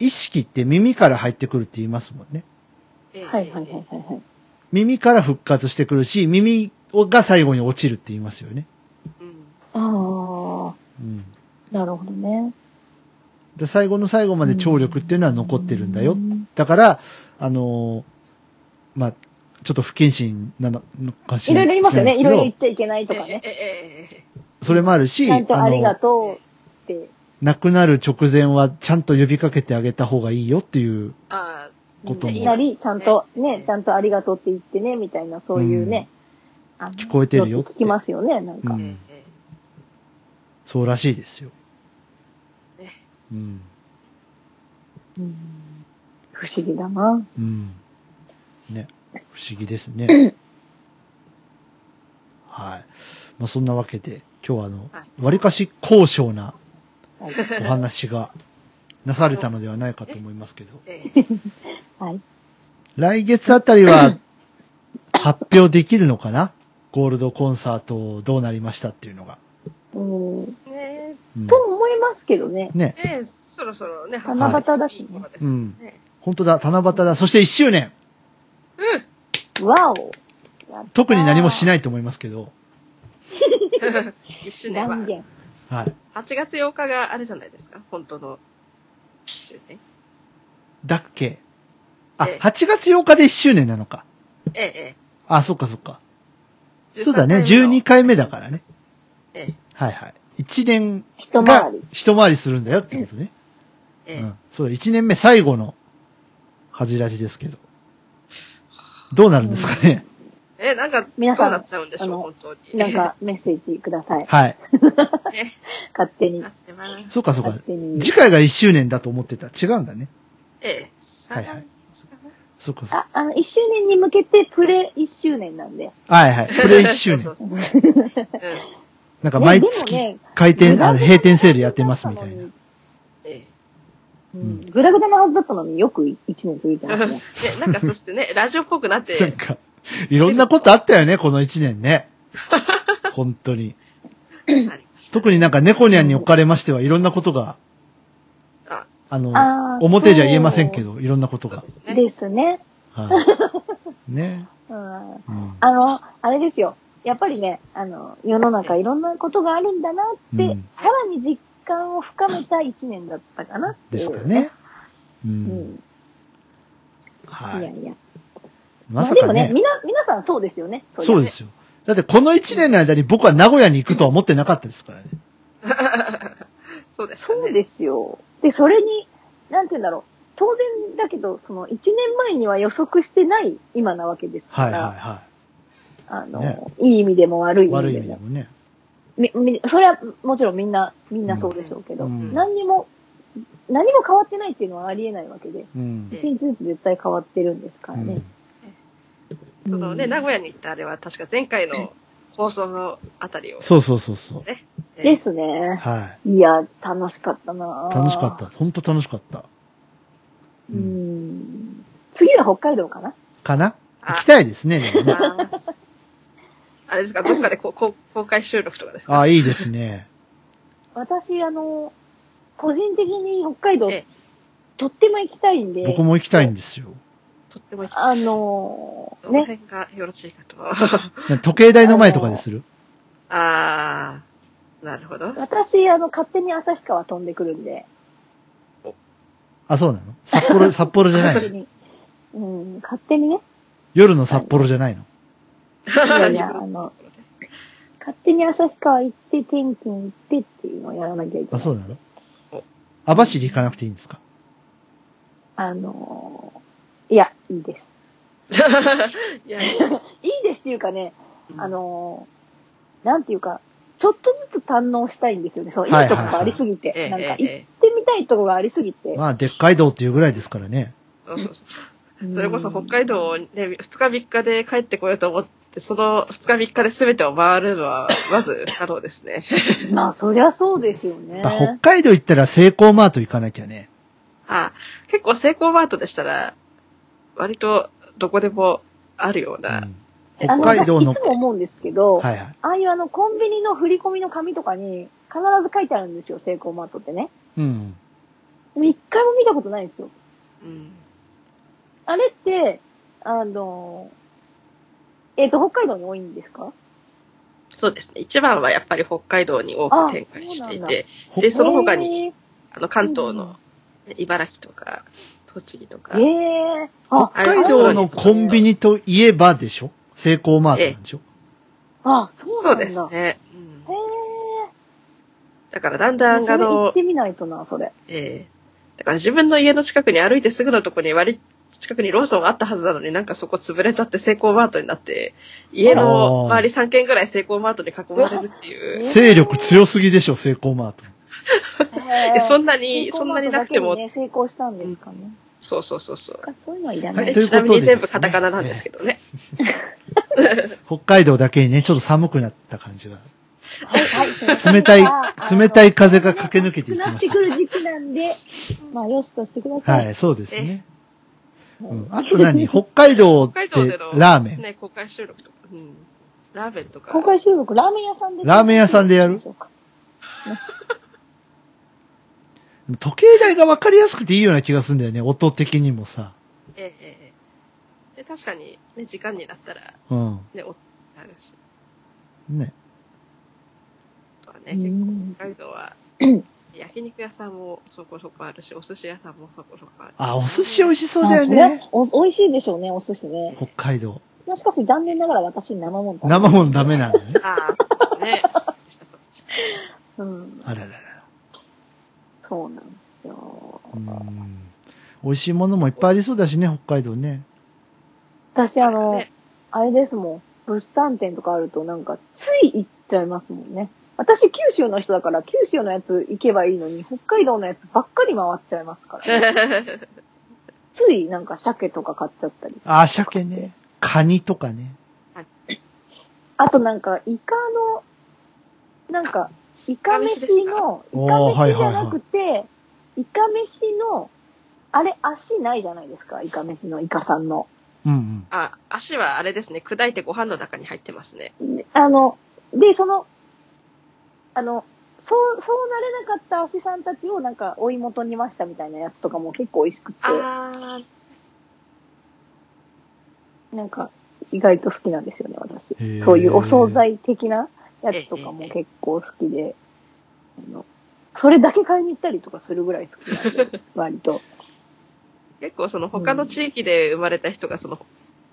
S1: 意識って耳から入ってくるって言いますもんね。
S3: はいはいはいはい。はい。
S1: 耳から復活してくるし、耳をが最後に落ちるって言いますよね。
S2: うん
S3: あ
S1: うん。
S3: あ、なるほどね。
S1: で最後の最後まで聴力っていうのは残ってるんだよ。だから、あのーまあ、ちょっと不謹慎なののかし
S3: い
S1: ら
S3: ろいろ言いますよね。い
S1: 知ら
S3: ろいろ
S1: ない
S3: 言
S1: です
S3: っちゃいけない
S2: え
S3: とかね。
S2: ええええ
S1: けどそれもあるし、
S3: ちゃんとありが
S1: の、
S3: とうって。
S1: 亡くなる直前はちゃんと呼びかけてあげた方がいいよっていう
S2: あ
S1: こと
S2: うん
S1: も
S3: なり、ちゃんと
S2: え
S3: ね
S2: え、
S3: ちゃんとありがとうって言ってね、みたいな、そういうね。あの
S1: 聞こえてるよって
S3: 聞きますよね、なん
S1: う
S3: か
S2: あ、
S1: ん。
S2: ええ
S1: そうらしいですよ
S2: ね。
S1: うん。
S3: うん不思議だな。
S1: うん。ね。不思議です ね。はい。まあ、そんなわけで、今日はあの
S2: はい、
S1: わりかし高尚な
S3: はい。
S1: お話がなされたのではないかと思いますけど。
S2: え え
S3: はい
S1: 来月あたりは発表できるのかなゴールドコンサートどうなりましたっていうのが。
S3: うん
S2: ね
S1: うん
S3: と思いますけどね。
S1: ね
S2: え、。ねえ、そろそろね、
S3: 七夕だしね
S2: いい頃で
S1: う
S2: すね
S1: ん。本当だ、七夕だ。そして1周年。
S3: わお
S1: 特に何もし
S3: ない。
S1: ないと思いますけど。
S2: 一周年は
S3: 断、言。
S1: はい。
S2: 8月8日があれじゃないですか、本当の周年。
S1: だっけあ
S2: ええ、
S1: 8月8日で1周年なのか。
S2: ええ、
S1: あ、そっかそっか。
S2: ええ。
S1: そうだね。12回目だからね。
S2: ええ、
S1: はいはい。1年
S3: 一
S1: が
S3: 回り。
S1: 一回りするんだよってことね。
S2: ええ。
S1: うん。そう、1年目最後の恥じらじですけど。どうなるんですかね。
S2: ええ、なんか、どう
S3: 皆さん
S2: なっちゃうんでしょ
S3: あ
S2: う、
S3: の
S2: 本当に。
S3: なんかメッセージください。
S1: はい。
S2: ね、
S3: 勝手 に
S2: な。ってます。
S1: そうかそう
S3: 勝
S1: か。
S3: 手に。
S1: 次回が1周年だと思ってた。違うんだね。
S2: ええ、
S1: はいはい
S2: 3月かな。
S1: そうかそうか。
S3: あ、あの、1周年に向けてプレ1周年なんで。
S1: はいはい。これ1周
S2: そう
S1: 年。
S2: そうそううん
S1: なんか
S3: ね
S1: 毎月
S3: でもね
S1: 回転、あの閉店セールやってますみたいな。。
S2: ええ
S3: うんグダグダなはずだったのによく1年続いてますね。
S2: ね、なんかそして ね、ラジオっぽくなって、
S1: なんか、いろんなことあったよね、この1年 ね。本当に。
S2: ありました
S1: 特になんか猫ニャンにおかれましてはいろんなことが、
S2: あ
S1: あの、
S3: あー
S1: 表じゃ言えませんけど、いろんなこと
S2: そう
S1: が
S2: で。すね。
S3: ですね。
S1: はい。 ね。
S3: うん
S1: うん。
S3: あの、あれですよ。やっぱりね、あの、世の中いろんなことがあるんだなって、
S1: うん
S3: さらに実感を深めた1年だったかなって
S1: で
S3: い
S1: す
S3: う
S1: かね。う。
S3: うんん。
S1: はい
S3: や
S1: い。
S3: いや。
S1: まさか
S3: あでもね、
S1: ね。
S3: みな、皆さんそうですよね。
S1: そうで。すよ。だってこの1年の間に僕は名古屋に行くとは思ってなかったですからね。
S2: そうですか
S3: そう
S2: ね。
S3: ですよ。で、それに、なんて言うんだろう。当然だけど、その、1年前には予測してない今なわけですか
S1: はい
S3: ら、
S1: は
S3: あの、
S1: ね
S3: いい意味でも悪い
S1: い
S3: 意
S1: はい。悪
S3: 味
S1: い意味
S3: で
S1: で
S3: も。
S1: もね。
S3: みみそれはもちろんみんな、みんなそうでしょうけど、
S1: うん
S3: 何にも、何も変わってないっていうのはありえないわけで、
S1: うん。
S2: ね
S3: 1日ずつ絶対変わってるんですからね。
S2: そのね、
S3: うん
S2: 名古屋に行ったあれは確か前回の放送のあたりを。
S1: そうそうそうそう。
S2: え
S3: で
S2: ー
S3: すね。
S1: はい。
S3: や、楽しかったないぁ
S1: 楽しかった。。ほんと楽しかった。
S3: う。ん。次は北海道かな
S1: かな
S2: あ
S1: 行きたいですね。でもね
S2: あー あれですか、どっかで こうこう公開収録とかですか
S1: あ、いいですね。
S3: 私、あの、個人的に北海道
S2: ええ、
S3: とっても行きたいんで、
S1: 僕も行きたいんですよ。
S2: とっても行きたい。
S3: あの
S2: ど
S3: ー、
S2: の
S3: ね、
S2: 辺がよろしいかと。
S1: 時計台の前とかでする
S2: あー、なるほど。
S3: 私、あの、勝手に旭川飛んでくるんで、
S1: あ、そうなの札幌、札幌じゃない
S3: 勝手
S1: の
S3: に、うん、勝 手にね、
S1: 夜の札幌じゃないの
S3: やいやあの勝手に旭川行って、天気に行ってっていうのをやらなきゃいけない。
S1: あ、そうなの網走行かなくていいんですか
S3: あのー、いや、いいです。
S2: い や、
S3: いいですっていうかね、あ、のー、なんていうか、ちょっとずつ堪能したいいんですよね。そう、いい
S1: はい
S3: と
S1: は
S3: こ
S1: いはい
S3: がありすぎて。
S2: ええ
S3: なんか、行っ
S2: え
S3: て
S2: え
S3: みたいとこがありすぎて。
S1: まあ、でっかい道っていうぐらいですからね。
S2: そうそうそうそれこそ北海道をね、2日3日で帰ってこようと思って、その2日3日で全てを回るのは、まず不可能ですね。
S3: まあ、そりゃそうですよ
S1: や
S3: ね
S1: っ。ぱ北海道行ったらセイコーマート行かなきゃね。
S2: あ結構セイコーマートでしたら、割とどこでもあるよう
S1: う
S2: な。
S1: ん
S3: あ
S1: 北
S3: の、
S1: 海道の
S3: 私いつも思うんですけど、
S1: はいはい。
S3: ああいうあの、コンビニの振り込みの紙とかに、必ず書いてあるんですよ、セイコーマートってね。
S1: うん。
S3: でも一回も見たことないんですよ。
S2: うん
S3: あれって、あのー、えっ、と、北海道に多いんですか
S2: そうですね。一番はやっぱり北海道に多く展開していて、で、そ
S1: 北
S2: の他に、
S3: へー。
S2: あの、関東の、ね茨城とか、栃木とか、
S3: えー、あ、
S1: 北海道のコンビニといえばでしょセイコーマートなんでしょ
S3: あ、そう
S2: そ
S3: な
S2: うんです
S3: だ。
S2: ね。うん
S3: へえ。
S2: だからだんだん、
S3: そ
S2: あ
S3: れ行
S2: の
S3: っ、てみないとな、それ。
S2: ええだから自分の家の近くに歩いてすぐのとこに割り、近くにローソンがあったはずなのになんかそこ潰れちゃってセイコーマートになって、家の周り3軒ぐらいセイコーマートに囲まれるっていう。
S1: 勢力強すぎでしょセイコーマート。
S2: えそんな
S3: 成
S2: に、
S3: 功
S2: そん
S3: マ
S2: な
S3: ー
S2: に
S3: ト
S2: な
S3: だ
S2: くて
S3: け
S2: も
S3: に、ね、成功したんですかね。
S2: そうそうそうそう。
S3: なんかそういうのはいら
S1: は
S3: ないい。
S2: え
S1: という
S2: ちなみ
S1: ことで
S2: に全部
S1: です
S2: カ
S1: ね
S2: タカナなんですけどね。
S1: 北海道だけにね、ちょっと寒くなった感じが。
S3: はい、はい
S1: 冷たい
S3: あの、
S1: 冷たい風が駆け抜けていき
S3: なっ
S1: ま
S3: て
S1: し
S3: くる時期なんで、まあ、よしとしてくだ
S1: た。
S3: さい。
S1: はい、そうですね。
S3: は
S1: う
S3: い
S1: ん、あと何北海道って
S2: 北海道での
S1: ラーメン。
S2: ね、公開収録とか。うん。ラーメンとか。
S3: 公開収録、ラーメン屋さんで。
S1: ラーメン屋さんでやる時計台が分かりやすくていいような気がするんだよね。音的にもさ。
S2: ええええで、確かに、ね、時間になったら、
S1: うん。
S2: ね、お、あるし。
S1: ね。
S2: あとはね、
S3: う
S2: 結構
S3: ん
S2: 北海道は、焼肉屋さんもそこそこあるし、お寿司屋さんもそこそこある。
S1: あ、お寿司美味しそうだ
S3: あ
S1: よ
S3: そりゃ
S1: ね。
S3: お美味しいでしょうね、お寿司ね。
S1: 北海道。
S3: まあしかし、残念ながら私、生もん食べ
S1: 生ものダメなんだね。
S2: ああ、そうですね。
S3: うん。
S1: あららら。
S3: そうなんですよ。
S1: うん。美味しいものもいっぱいありそうだしね、北海道ね。
S3: 私、あの、
S2: ね
S3: あれですもん。物産展とかあるとなんか、つい行っちゃいますもんね。私、九州の人だから、九州のやつ行けばいいのに、北海道のやつばっかり回っちゃいますから、ね。ついなんか鮭とか買っちゃったり。
S1: あ、鮭ね。カニとかね。
S3: あとなんか、イカの、なんか、イカ飯の、イ
S1: イカ飯ですか
S3: カ飯じゃなくて、イカ飯の、あれ、足ないじゃないですか、イカ飯のイカさんの。
S1: うんうん。
S2: あ、足はあれですね、砕いてご飯の中に入ってますね。
S3: であの、で、その、あの、そう、そうなれなかった牛さんたちをなんか追い求めましたみたいなやつとかも結構美味しくて、
S2: あ
S3: なんか意外と好きなんですよね、私
S1: へー。
S3: そういうお惣菜的なやつとか
S2: え
S3: も
S2: え
S3: 結構好きで、あの、それだけ買いに行ったりとかするぐらい好き なんで、割と。
S2: 結構その他の地域で生まれた人がその、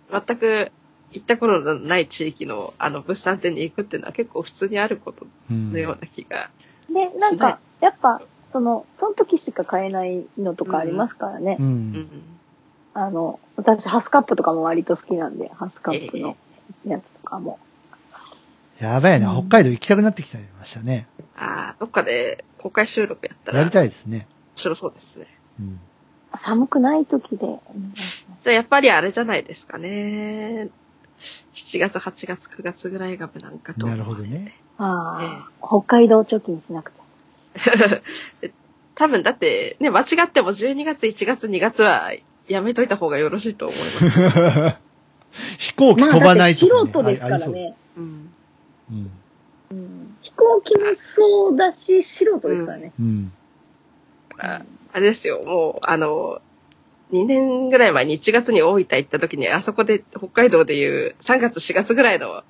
S2: 全く行った頃のない地域のあの物産展に行くっていうのは結構普通にあること
S1: うん
S2: のような気が。
S3: で、なん
S2: しない
S3: か、やっぱ、その、その時しか買えないのとかありますからね。
S1: う。
S2: うんん。
S3: あの、私、ハスカップとかも割と好きなんで、ハスカップのやつとかも。
S1: やばいな、
S3: うん
S1: 北海道行きたくなってきちゃいましたね。
S2: ああ、どっかで公開収録やったら
S1: やり
S2: 面
S1: たいですね。
S2: 白そうですね。
S1: うん。
S3: 寒くない時で、
S2: じゃあやっぱりあれじゃないですかね。7月、8月、9月ぐらいが無難かと。
S1: なるほど。ね。
S3: ああ、北海道貯金しなくて。
S2: 多分だってね、間違っても12月、1月、2月はやめといた方がよろしいと思い ます。
S1: 飛行機
S3: まあ、
S1: 飛ば
S3: だっ
S1: ない
S3: て
S1: と
S3: 素
S1: かね、
S3: 人ですか
S1: あ
S3: ら
S1: りそう
S3: ね。
S2: うん。
S1: うん。
S3: 飛行機もそうだし、素人ですからね。
S1: うん。
S2: だから、あれですよ、もう、あの、2年ぐらい前に1月に大分行った時に、あそこで、北海道でいう3月、4月ぐらいの、
S3: あ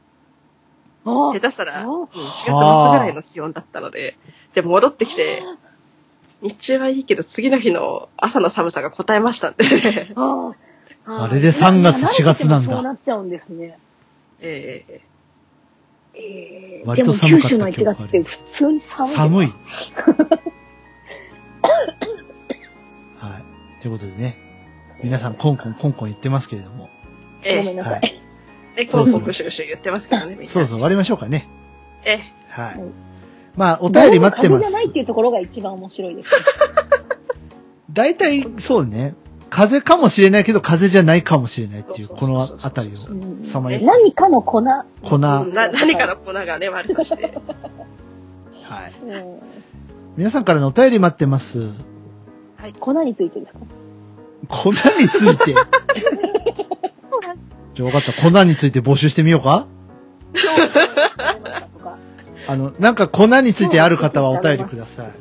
S2: 下手したら、う
S3: そう
S2: ん4月末ぐらいの気温だったので、で、戻ってきて、日中はいいけど、次の日の朝の寒さが答えましたんで、
S3: ああ
S1: あれで3月
S3: まあ
S1: 4月なんだ
S3: 慣れてもそうなっちゃうんですね。
S2: ええ
S3: えー
S1: 割と寒かった
S3: でも九州の1月って普通に寒い。
S1: 寒い。。はい。ということでね、皆さん、コンコン、コンコン言ってますけれども。
S2: え
S3: ごめん
S2: え
S3: な
S1: は
S3: さい。
S1: い。
S2: で、
S1: そ
S2: こ
S1: う
S2: う
S1: そう
S2: そう、ぐしゅぐしゅ言ってますけどね、みんな。
S1: そろそろ終わりましょうかね。
S2: ええ
S1: は
S3: はいい。
S1: まあ、お便り待ってま
S3: どうも風邪じゃ
S1: す。
S3: ないっていうところが一番面白いですね。
S1: 大体、そうね。風邪かもしれないけど、風邪じゃないかもしれないっていう、
S2: そう
S1: こ
S2: そう
S1: の
S2: そうそう
S1: あたりを、
S3: うん
S1: さまよ
S3: 何かの粉。な
S1: 粉、は
S2: な何かの粉がね、悪さして。
S1: い。
S3: うん
S1: 皆さんからのお便り待ってます。
S3: 粉につい てですか
S1: 粉について。じゃあ分かった。粉について募集してみようかあの、なんか粉についてある方はお便りください。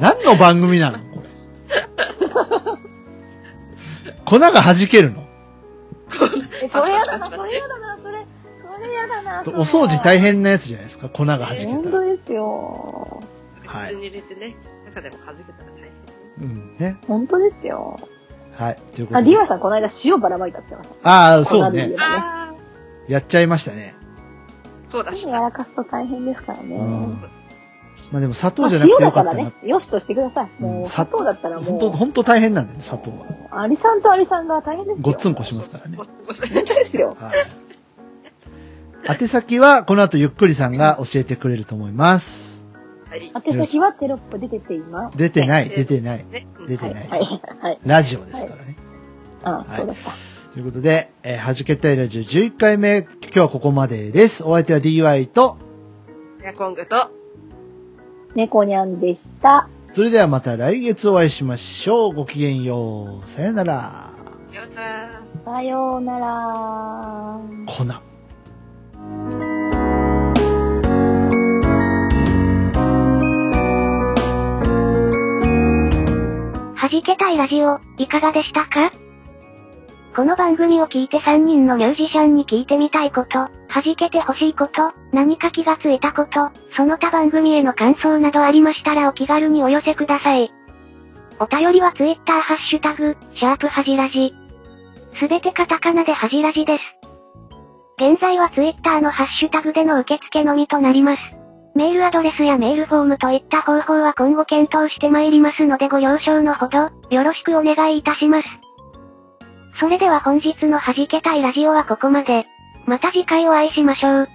S1: 何の番組なのこれ。粉が弾けるの
S3: えそれやだな、それやだな、それ、それやだな。
S1: お掃除大変なやつじゃないですか。粉が弾
S3: そ
S1: け
S3: れ
S1: たら。
S3: 本当ですよ。
S1: はい
S2: 口に入れてね、中でも弾けたら大変。
S1: うん。ね。
S3: 本当ですよ。
S1: はい。というこ
S3: あ、
S1: と
S3: リ
S1: で。
S3: アさんこの間塩ばらまいたっすよ。
S1: ああ、そうね。
S2: ああ、
S1: やっちゃいましたね。
S2: そうだし
S3: 手
S2: た。
S3: やらかすと大変ですからね。
S1: うん
S3: まあ
S1: まあでも砂糖じゃなく
S3: 塩
S1: てよか
S3: だか
S1: ったな
S3: らね。、よしとしてください。も
S1: うん
S3: う砂糖だったらも
S1: 本当
S3: う、
S1: 本当大変なんだよね、砂糖は。
S3: アリさんとアリさんが大変ですよ。
S1: ごっつんこしますからね
S2: ご。ごし
S3: 本当ですよ。
S1: はい。宛先は、この後ゆっくりさんが教えてくれると思います。
S2: はい。
S3: 宛先はテロップ出てて今。
S1: 出てない、
S2: ね
S1: 出てない。
S2: ね。うん
S1: 出
S3: は
S1: て
S3: い、
S1: ない
S3: はい、はい。
S1: ラジオですからね。
S3: あ
S1: はい
S3: そうだった。
S1: ということで、えー、はじけたいラジオ11回目、今日はここまでです。お相手は DY と、
S2: ヤコングと、
S3: 猫にゃんでした。
S1: それではまた来月お会いしましょう。ごきげんよう。さよなら。
S2: ヨタ
S3: さようなら。
S1: 粉。
S4: 弾けたいラジオ、いかがでしたかこの番組を聞いて3人のミュージシャンに聞いてみたいこと、弾けてほしいこと、何か気がついたこと、その他番組への感想などありましたらお気軽にお寄せください。お便りは Twitter ハッシュタグ、シャープはじらじ。すべてカタカナではじらじです。現在は Twitter のハッシュタグでの受付のみとなります。メールアドレスやメールフォームといった方法は今後検討してまいりますのでご了承のほど、よろしくお願いいたします。それでは本日の弾けたいラジオはここまで。また次回お会いしましょう。